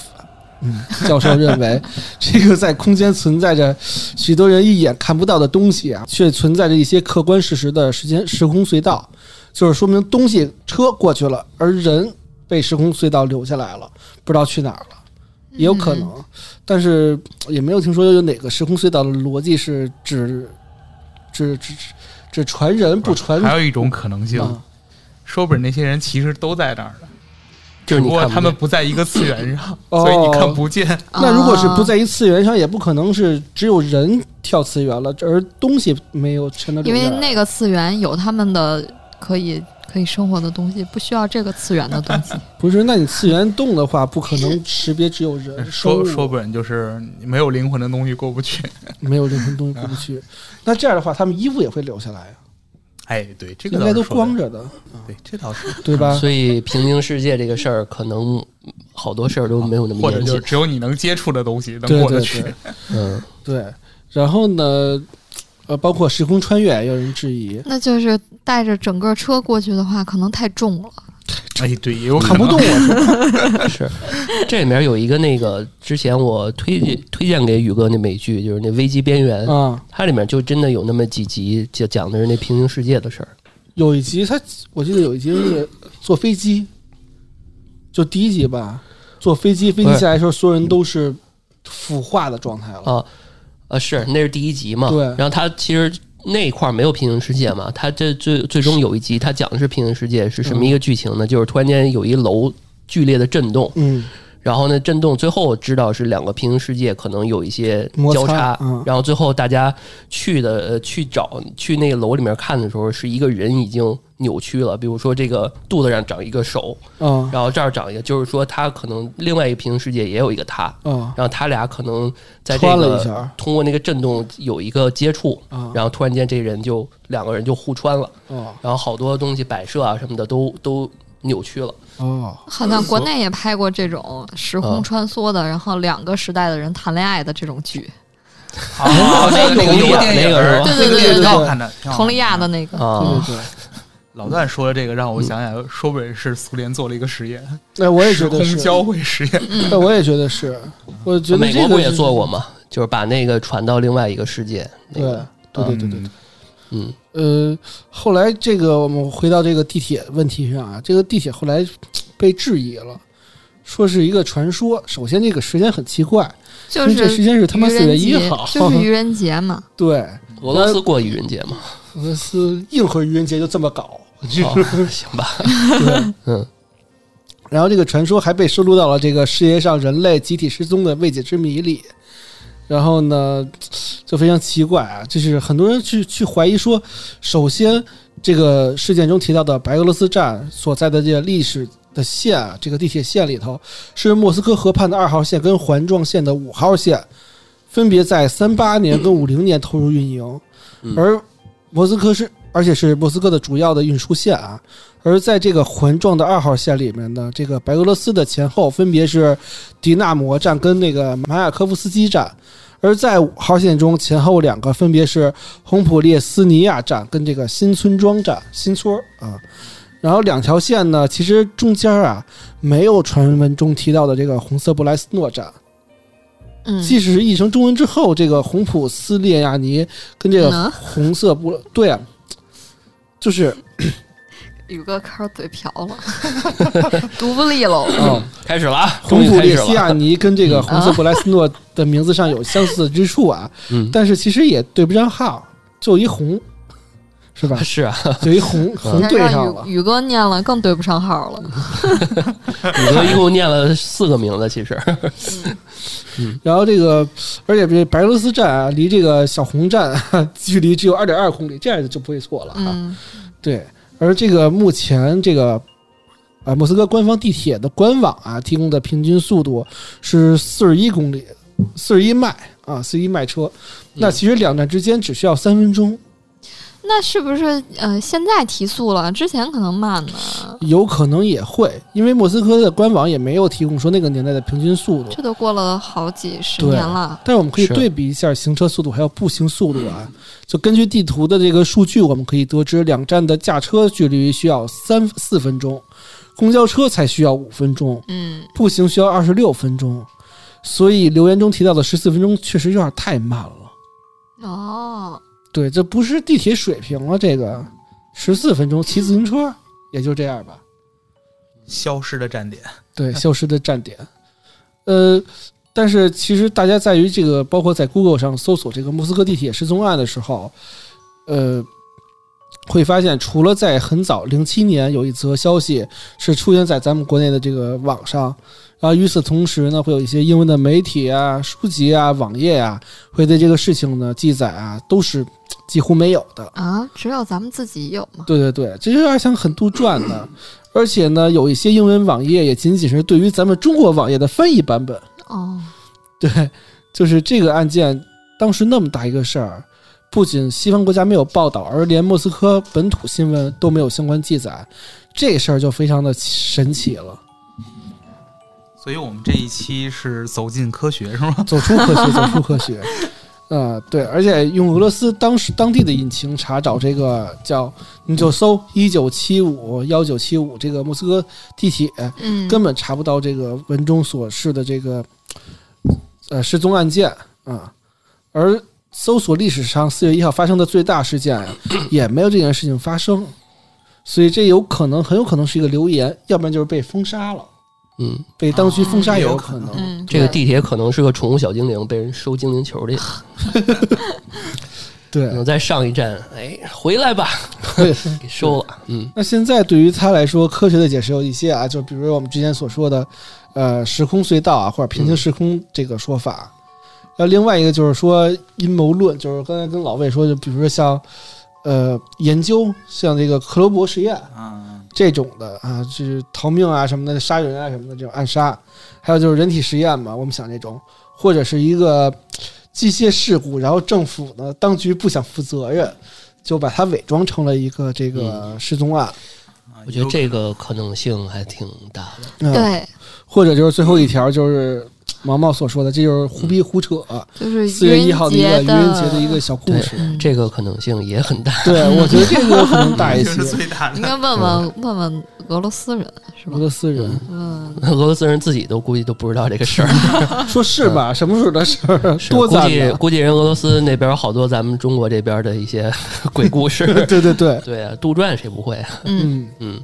[SPEAKER 1] 嗯，教授认为，这个在空间存在着许多人一眼看不到的东西啊，却存在着一些客观事实的时间时空隧道，就是说明东西车过去了，而人被时空隧道留下来了，不知道去哪儿了，也有可能，但是也没有听说有哪个时空隧道的逻辑是只只只只只传人不传
[SPEAKER 4] 还有一种可能性，
[SPEAKER 1] 啊
[SPEAKER 4] 说不准那些人其实都在那儿呢，
[SPEAKER 2] 就是
[SPEAKER 4] 不
[SPEAKER 2] 你
[SPEAKER 4] 过
[SPEAKER 2] 看
[SPEAKER 4] 他
[SPEAKER 2] 不
[SPEAKER 4] 们
[SPEAKER 2] 见
[SPEAKER 4] 不在一个次元上，
[SPEAKER 1] 哦
[SPEAKER 4] 所以你看不见。
[SPEAKER 3] 啊
[SPEAKER 1] 那如果是不在一次元上，也不可能是只有人跳次元了，而东西没有全都留
[SPEAKER 3] 因
[SPEAKER 1] 下来
[SPEAKER 3] 为那个次元有他们的可以可以生活的东西，不需要这个次元的东西。
[SPEAKER 1] 不是，那你次元动的话，不可能识别只有人生
[SPEAKER 4] 哎说
[SPEAKER 1] 物
[SPEAKER 4] 说不准就是没有灵魂的东西过不去。
[SPEAKER 1] 没有灵魂东西过不去。
[SPEAKER 4] 啊
[SPEAKER 1] 那这样的话，他们衣服也会留下来啊，
[SPEAKER 4] 哎，对，这个
[SPEAKER 1] 应
[SPEAKER 4] 倒
[SPEAKER 1] 该
[SPEAKER 4] 是
[SPEAKER 1] 都
[SPEAKER 4] 说的
[SPEAKER 1] 光着的，
[SPEAKER 4] 对，这倒是，
[SPEAKER 1] 对
[SPEAKER 3] 啊
[SPEAKER 1] 吧？
[SPEAKER 2] 所以平行世界这个事儿，可能好多事儿都没有那 么
[SPEAKER 4] 或者
[SPEAKER 2] 严
[SPEAKER 4] 就是
[SPEAKER 2] 谨。
[SPEAKER 4] 只有你能接触的东西能
[SPEAKER 1] 对
[SPEAKER 4] 过得
[SPEAKER 1] 对
[SPEAKER 4] 去。
[SPEAKER 1] 对
[SPEAKER 2] 嗯，
[SPEAKER 1] 对。然后呢，呃，包括时空穿越，也有人质疑
[SPEAKER 3] 那就是带着整个车过去的话，可能太重了。
[SPEAKER 4] 哎，对，也有可
[SPEAKER 1] 扛
[SPEAKER 4] 能
[SPEAKER 1] 不动啊，
[SPEAKER 2] 是， 这里面有一个那个之前我推荐推荐给宇哥那美剧，就是那《危机
[SPEAKER 3] 嗯
[SPEAKER 2] 边缘》，
[SPEAKER 4] 嗯
[SPEAKER 1] 啊，
[SPEAKER 2] 它里面就真的有那么几集，就讲的是那平行世界的事儿。
[SPEAKER 1] 有一集他，我记得有一集是坐飞机，就第一集吧，坐飞机，飞机下来的时候，所有人都是腐化的状态了。
[SPEAKER 4] 嗯
[SPEAKER 2] 啊啊，是，那是第一集嘛。
[SPEAKER 1] 对
[SPEAKER 2] 然后它其实那一块儿没有平行世界嘛，它这最最终有一集，它讲的是平行世界是什
[SPEAKER 4] 嗯
[SPEAKER 2] 么一个剧情呢？就是突然间有一楼剧烈的震动，
[SPEAKER 1] 嗯，
[SPEAKER 2] 然后呢，震动最后知道是两个平行世界可能有一些
[SPEAKER 1] 摩
[SPEAKER 2] 交
[SPEAKER 1] 擦
[SPEAKER 2] 叉，
[SPEAKER 1] 嗯
[SPEAKER 2] 然后最后大家去的呃去找去那个楼里面看的时候，是一个人已经扭曲了，比如说这个肚子上长一个手，
[SPEAKER 1] 啊
[SPEAKER 2] 然后这儿长一个，就是说他可能另外一个平行世界也有一个他，
[SPEAKER 1] 啊
[SPEAKER 2] 然后他俩可能在这
[SPEAKER 1] 穿了一
[SPEAKER 2] 个
[SPEAKER 1] 下
[SPEAKER 2] 通过那个震动有一个接触，
[SPEAKER 1] 啊
[SPEAKER 2] 然后突然间这人就两个人就互穿了，
[SPEAKER 1] 哦
[SPEAKER 2] 然后好多东西摆设啊什么的都都扭曲了。
[SPEAKER 1] 哦，
[SPEAKER 3] 好像国内也拍过这种时
[SPEAKER 2] 啊
[SPEAKER 1] 嗯
[SPEAKER 3] 空穿梭的，然后两个时代的人谈恋爱的这种剧，
[SPEAKER 4] 啊，那个
[SPEAKER 2] 有
[SPEAKER 4] 有
[SPEAKER 2] 一
[SPEAKER 4] 一
[SPEAKER 2] 点
[SPEAKER 4] 电
[SPEAKER 2] 那
[SPEAKER 4] 影
[SPEAKER 2] 个
[SPEAKER 4] 儿
[SPEAKER 2] 是吧
[SPEAKER 3] 对对对对
[SPEAKER 4] 挺好
[SPEAKER 1] 对
[SPEAKER 4] 看的，挺好
[SPEAKER 3] 佟丽
[SPEAKER 4] 看
[SPEAKER 3] 娅的那个。
[SPEAKER 1] 对
[SPEAKER 2] 啊，
[SPEAKER 1] 对对，
[SPEAKER 4] 老段说的这个让我想起来，说不准是苏联做了一个实验，
[SPEAKER 1] 那 我也觉
[SPEAKER 4] 时
[SPEAKER 1] 得
[SPEAKER 4] 空
[SPEAKER 1] 是，
[SPEAKER 4] 交汇实验。
[SPEAKER 1] 那我也觉得是，我觉得
[SPEAKER 2] 美
[SPEAKER 1] 这
[SPEAKER 2] 国
[SPEAKER 1] 个
[SPEAKER 2] 不也
[SPEAKER 1] 是
[SPEAKER 2] 做过吗？就是把那个传到另外一个世界。那
[SPEAKER 1] 对
[SPEAKER 2] 个，
[SPEAKER 1] 对对对对，
[SPEAKER 2] 嗯，
[SPEAKER 1] 呃，后来这个我们回到这个地铁问题上啊，这个地铁后来被质疑了，说是一个传说。首先，这个时间很奇怪，
[SPEAKER 3] 就
[SPEAKER 1] 因为这时
[SPEAKER 3] 是
[SPEAKER 1] 间是他妈
[SPEAKER 3] 愚
[SPEAKER 1] 四月
[SPEAKER 3] 人
[SPEAKER 1] 一
[SPEAKER 3] 节
[SPEAKER 1] 号，，
[SPEAKER 3] 就是愚人 节嘛。
[SPEAKER 1] 对，
[SPEAKER 2] 俄罗斯过愚人节嘛？
[SPEAKER 1] 俄罗斯硬核愚人节就这么搞，
[SPEAKER 4] 嗯
[SPEAKER 2] 哦行吧，
[SPEAKER 1] 对，
[SPEAKER 2] 嗯。
[SPEAKER 1] 然后这个传说还被收录到了这个世界上人类集体失踪的未解之谜里。然后呢，就非常奇怪啊，就是很多人去去怀疑说，首先这个事件中提到的白俄罗斯站所在的这个历史的线啊，这个地铁线里头是莫斯科河畔的二号线跟环状线的五号线，分别在三八年跟五零年投入运营，
[SPEAKER 2] 嗯
[SPEAKER 1] 而莫斯科是而且是莫斯科的主要的运输线啊，而在这个环状的二号线里面呢，这个白俄罗斯的前后分别是呃迪纳摩站跟那个马雅科夫斯基站，而在五号线中前后两个分别是红普列斯尼亚站跟这个新村庄站新村儿啊。然后两条线呢，其实中间啊没有传闻中提到的这个红色布莱斯诺站，
[SPEAKER 3] 嗯，
[SPEAKER 1] 即使是译成中文之后，这个红普斯列亚尼跟这个
[SPEAKER 3] 嗯
[SPEAKER 1] 红色布勒对啊，就是
[SPEAKER 3] 宇哥开始嘴瓢 了，读不利喽。
[SPEAKER 1] 啊。
[SPEAKER 2] 开始了啊，终
[SPEAKER 1] 红
[SPEAKER 2] 于
[SPEAKER 1] 普
[SPEAKER 2] 开
[SPEAKER 1] 列
[SPEAKER 2] 始
[SPEAKER 1] 西亚
[SPEAKER 2] 了。
[SPEAKER 1] 尼跟这个红色布莱斯诺的名字上有相似之处 啊，
[SPEAKER 2] 嗯，？
[SPEAKER 1] 但是其实也对不上号，就一红，是吧
[SPEAKER 2] 是啊，
[SPEAKER 1] 就一 红红嗯对上
[SPEAKER 3] 让
[SPEAKER 1] 了。
[SPEAKER 3] 宇宇哥念了，更对不上号了。
[SPEAKER 2] 宇哥一共念了四个名字，其实
[SPEAKER 1] 然后这个，而且这白俄罗斯站啊，离这个小红站啊 距离只有二点二公里，这样就不会错了啊。
[SPEAKER 3] 嗯，
[SPEAKER 1] 对，而这个目前这个啊，莫斯科官方地铁的官网啊提供的平均速度是四十一公里，四十一迈啊，四十一迈车。那其实两站之间只需要三分钟，
[SPEAKER 3] 那是不是呃现在提速了？之前可能慢呢，
[SPEAKER 1] 有可能也会，因为莫斯科的官网也没有提供说那个年代的平均速度。
[SPEAKER 3] 这都过了好几十
[SPEAKER 1] 对
[SPEAKER 3] 年了。
[SPEAKER 1] 但是我们可以
[SPEAKER 2] 是
[SPEAKER 1] 对比一下行车速度还有步行速度啊，就根据地图的这个数据，我们可以得知两站的驾车距离需要三四分钟，公交车才需要五分钟，
[SPEAKER 3] 嗯，
[SPEAKER 1] 步行需要二十六分钟，所以留言中提到的十四分钟确实有点太慢了。
[SPEAKER 3] 哦，
[SPEAKER 1] 对，这不是地铁水平了，这个十四分钟骑自行车也就这样吧。
[SPEAKER 4] 消失的站点，
[SPEAKER 1] 对，消失的站点。呃，但是其实大家在于这个，包括在 Google 上搜索这个莫斯科地铁失踪案的时候，呃，会发现除了在很早零七年有一则消息是出现在咱们国内的这个网上，然后与此同时呢，会有一些英文的媒体啊、书籍啊、网页啊，会对这个事情呢记载啊，都是几乎没有的。
[SPEAKER 3] 啊，只有咱们自己有吗？
[SPEAKER 1] 对对对，这有点像很杜撰的，而且呢，有一些英文网页也仅仅是对于咱们中国网页的翻译版本。
[SPEAKER 3] 哦，
[SPEAKER 1] 对，就是这个案件，当时那么大一个事儿，不仅西方国家没有报道，而连莫斯科本土新闻都没有相关记载，这事儿就非常的神奇了，
[SPEAKER 4] 所以我们这一期是走进科学是吗？
[SPEAKER 1] 走出科学，走出科学。啊、对，而且用俄罗斯当时当地的引擎查找这个叫，你就搜一九七五幺九七五这个莫斯科地铁，
[SPEAKER 3] 嗯，
[SPEAKER 1] 根本查不到这个文中所示的这个呃失踪案件啊。而搜索历史上四月一号发生的最大事件啊，也没有这件事情发生，所以这有可能很有可能是一个流言，要不然就是被封杀了，
[SPEAKER 2] 嗯，
[SPEAKER 1] 被当局封杀也有可
[SPEAKER 4] 哦
[SPEAKER 1] 能。
[SPEAKER 3] 嗯，
[SPEAKER 2] 这个
[SPEAKER 3] 对
[SPEAKER 2] 地铁可能是个宠物小精灵被人收精灵球的，可
[SPEAKER 1] 对，
[SPEAKER 2] 能在上一站，哎，回来吧，
[SPEAKER 1] 对
[SPEAKER 2] 给收了。嗯，
[SPEAKER 1] 那现在对于它来说，科学的解释有一些啊，就比如我们之前所说的，呃，时空隧道啊，或者平行时空这个说法。那、另外一个就是说阴谋论，就是刚才跟老魏说，就比如说像，呃，研究像这个克罗伯实验
[SPEAKER 4] 啊，
[SPEAKER 1] 这种的啊，就是逃命啊什么的，杀人啊什么的这种暗杀，还有就是人体实验嘛，我们想这种，或者是一个机械事故，然后政府呢当局不想负责任，就把它伪装成了一个这个失踪案。
[SPEAKER 4] 啊
[SPEAKER 2] 我觉得这个可能性还挺大的。
[SPEAKER 1] 嗯、
[SPEAKER 3] 对，
[SPEAKER 1] 或者就是最后一条，就是毛毛所说的，这就是胡逼胡扯。
[SPEAKER 3] 就是
[SPEAKER 1] 四月一号的一个
[SPEAKER 3] 愚
[SPEAKER 1] 愚
[SPEAKER 3] 人
[SPEAKER 1] 人
[SPEAKER 3] 节
[SPEAKER 1] 节的一个小故事，
[SPEAKER 3] 嗯
[SPEAKER 2] 这个可能性也很大，
[SPEAKER 1] 对我觉得这个可能大一
[SPEAKER 4] 这
[SPEAKER 1] 些
[SPEAKER 4] 是。最大
[SPEAKER 3] 应
[SPEAKER 4] 的。
[SPEAKER 3] 该问问问问俄罗斯人是吧
[SPEAKER 1] 俄？罗斯人
[SPEAKER 3] 嗯，
[SPEAKER 2] 俄罗斯人自己都估计都不知道这个事儿，
[SPEAKER 1] 说是吧？什么时候的事儿？
[SPEAKER 2] 是
[SPEAKER 1] 多
[SPEAKER 2] 估
[SPEAKER 1] 咱
[SPEAKER 2] 计
[SPEAKER 1] 们。
[SPEAKER 2] 估计人俄罗斯那边有好多咱们中国这边的一些 鬼故 事。
[SPEAKER 1] 对对对，
[SPEAKER 2] 对啊，杜撰谁不会啊？
[SPEAKER 3] 嗯，
[SPEAKER 1] 嗯，
[SPEAKER 2] 嗯，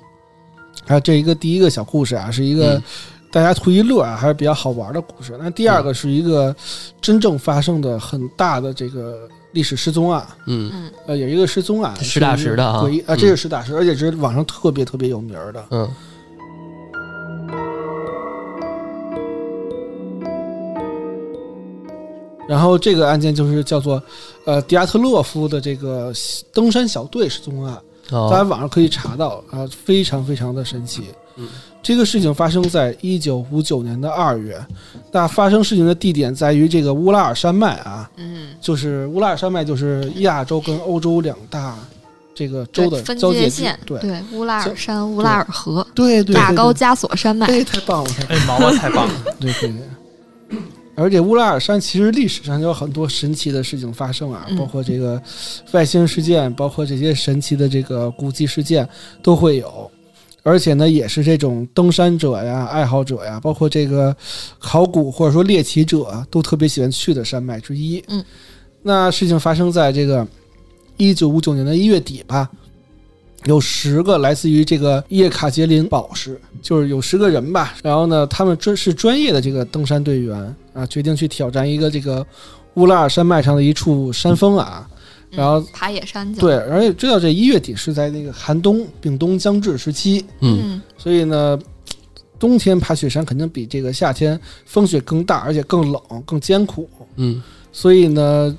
[SPEAKER 1] 还有这一个第一个小故事啊，是一个
[SPEAKER 2] 嗯
[SPEAKER 1] 大家图一乐啊，还是比较好玩的故事。那第二个是一个真正发生的很大的这个历史失踪案，
[SPEAKER 2] 嗯
[SPEAKER 1] 呃，有一个失踪案，
[SPEAKER 2] 实打实的啊
[SPEAKER 1] 是一个诡异啊，
[SPEAKER 2] 嗯
[SPEAKER 1] 这是实打实，而且是网上特别特别有名儿的。
[SPEAKER 2] 嗯，
[SPEAKER 1] 然后这个案件就是叫做，呃，迪亚特洛夫的这个登山小队失踪案，大家
[SPEAKER 2] 哦，
[SPEAKER 1] 网上可以查到啊、非常非常的神奇。
[SPEAKER 2] 嗯
[SPEAKER 1] 这个事情发生在一九五九年的二月，那发生事情的地点在于这个乌拉尔山脉啊，
[SPEAKER 3] 嗯，
[SPEAKER 1] 就是乌拉尔山脉就是亚洲跟欧洲两大这个州的
[SPEAKER 3] 对分
[SPEAKER 1] 交界
[SPEAKER 3] 界
[SPEAKER 1] 地
[SPEAKER 3] 线，
[SPEAKER 1] 对
[SPEAKER 3] 对，乌拉尔山、乌拉尔河、
[SPEAKER 1] 对对对，
[SPEAKER 3] 大
[SPEAKER 1] 对
[SPEAKER 3] 高加索山脉，
[SPEAKER 1] 哎，太棒了，太棒了
[SPEAKER 4] 哎，毛毛太棒了！
[SPEAKER 1] 对对对。而且乌拉尔山其实历史上有很多神奇的事情发生啊，
[SPEAKER 3] 嗯
[SPEAKER 1] 包括这个外星事件，包括这些神奇的这个古迹事件都会有。而且呢，也是这种登山者呀、爱好者呀，包括这个考古或者说猎奇者啊都特别喜欢去的山脉之一。
[SPEAKER 3] 嗯，
[SPEAKER 1] 那事情发生在这个一九五九年的一月底吧，有十个来自于这个叶卡捷琳堡市，就是有十个人吧。然后呢，他们专是专业的这个登山队员啊，决定去挑战一个这个乌拉尔山脉上的一处山峰啊。
[SPEAKER 3] 嗯
[SPEAKER 1] 然后
[SPEAKER 3] 爬野山去了，
[SPEAKER 1] 对，而且知道这一月底是在那个寒冬凛冬将至时期，
[SPEAKER 2] 嗯，
[SPEAKER 3] 嗯，
[SPEAKER 1] 所以呢，冬天爬雪山肯定比这个夏天风雪更大，而且更冷、更艰苦。
[SPEAKER 2] 嗯，
[SPEAKER 1] 所以呢，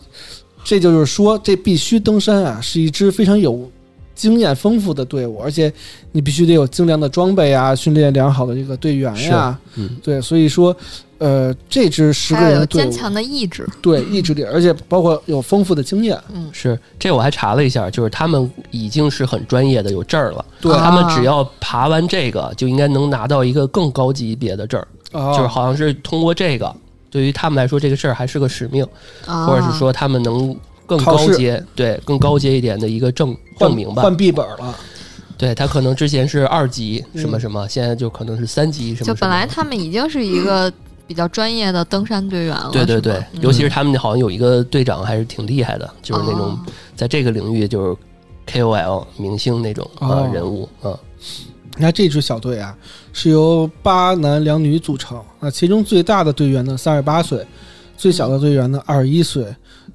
[SPEAKER 1] 这就是说，这必须登山啊，是一支非常有经验丰富的队伍，而且你必须得有精良的装备啊，训练良好的这个队员呀、
[SPEAKER 2] 嗯，
[SPEAKER 1] 对，所以说，呃，这支十个
[SPEAKER 3] 还要
[SPEAKER 1] 人
[SPEAKER 3] 有
[SPEAKER 1] 的队
[SPEAKER 3] 坚
[SPEAKER 1] 伍，
[SPEAKER 3] 强的意志，
[SPEAKER 1] 对意志力，而且包括有丰富的经验，
[SPEAKER 3] 嗯，
[SPEAKER 2] 是这我还查了一下，就是他们已经是很专业的有证儿了，
[SPEAKER 1] 对
[SPEAKER 2] 他们
[SPEAKER 3] 啊
[SPEAKER 2] 只要爬完这个，就应该能拿到一个更高级别的证儿，
[SPEAKER 1] 啊，
[SPEAKER 2] 就是好像是通过这个，对于他们来说，这个事儿还是个使命，
[SPEAKER 3] 啊
[SPEAKER 2] 或者是说他们能更
[SPEAKER 1] 考
[SPEAKER 2] 高
[SPEAKER 1] 试
[SPEAKER 2] 阶，对，更高阶一点的一个证证明吧
[SPEAKER 1] 换。币本了，
[SPEAKER 2] 对他可能之前是二级
[SPEAKER 1] 嗯
[SPEAKER 2] 什么什么，现在就可能是三级什么什
[SPEAKER 3] 就
[SPEAKER 2] 么。
[SPEAKER 3] 本来他们已经是一个比较专业的登山队员了，
[SPEAKER 2] 对对
[SPEAKER 3] 是吧
[SPEAKER 2] 对，
[SPEAKER 3] 嗯
[SPEAKER 2] 尤其是他们好像有一个队长还是挺厉害的，就是那种
[SPEAKER 3] 哦
[SPEAKER 2] 在这个领域就是 KOL 明星那种啊
[SPEAKER 1] 哦
[SPEAKER 2] 人物啊，
[SPEAKER 1] 那这支小队啊，是由八男两女组成。那其中最大的队员呢，三十八岁；最小的队员呢，二十一岁，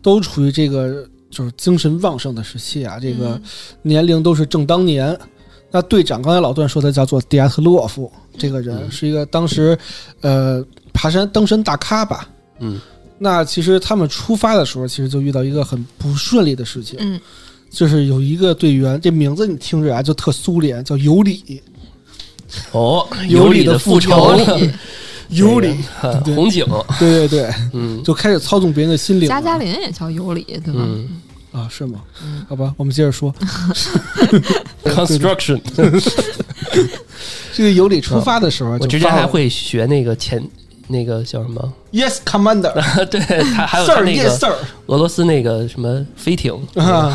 [SPEAKER 1] 都处于这个就是精神旺盛的时期啊，这个
[SPEAKER 3] 嗯
[SPEAKER 1] 年龄都是正当年。那队长刚才老段说的叫做迪亚特洛夫，这个人
[SPEAKER 2] 嗯
[SPEAKER 1] 是一个当时呃爬山登山大咖吧。
[SPEAKER 2] 嗯
[SPEAKER 1] 那其实他们出发的时候，其实就遇到一个很不顺利的事情，
[SPEAKER 3] 嗯
[SPEAKER 1] 就是有一个队员，这名字你听着啊就特苏联，叫尤里，
[SPEAKER 2] 哦，
[SPEAKER 1] 有理
[SPEAKER 2] 理
[SPEAKER 1] 的
[SPEAKER 2] 复
[SPEAKER 1] 复
[SPEAKER 2] 仇
[SPEAKER 1] 仇， 尤里，
[SPEAKER 2] 这个
[SPEAKER 1] 对
[SPEAKER 2] 红警，
[SPEAKER 1] 对对对，
[SPEAKER 2] 嗯
[SPEAKER 1] 就开始操纵别人的心灵了。
[SPEAKER 3] 加加林也叫尤里，对吧？
[SPEAKER 2] 嗯
[SPEAKER 1] 啊，是吗？
[SPEAKER 3] 嗯
[SPEAKER 1] 好吧，我们接着说。
[SPEAKER 2] ，construction，
[SPEAKER 1] 这个尤里出发的时候，
[SPEAKER 2] 我
[SPEAKER 1] 就
[SPEAKER 2] 之前
[SPEAKER 1] 发
[SPEAKER 2] 还
[SPEAKER 1] 了
[SPEAKER 2] 会学那个前那个叫什么？
[SPEAKER 1] Yes, Commander，
[SPEAKER 2] 对他 还有他
[SPEAKER 1] Sir,
[SPEAKER 2] 那
[SPEAKER 1] Yes,
[SPEAKER 2] 个
[SPEAKER 1] Sir。
[SPEAKER 2] 俄罗斯那个什么飞艇，
[SPEAKER 1] 啊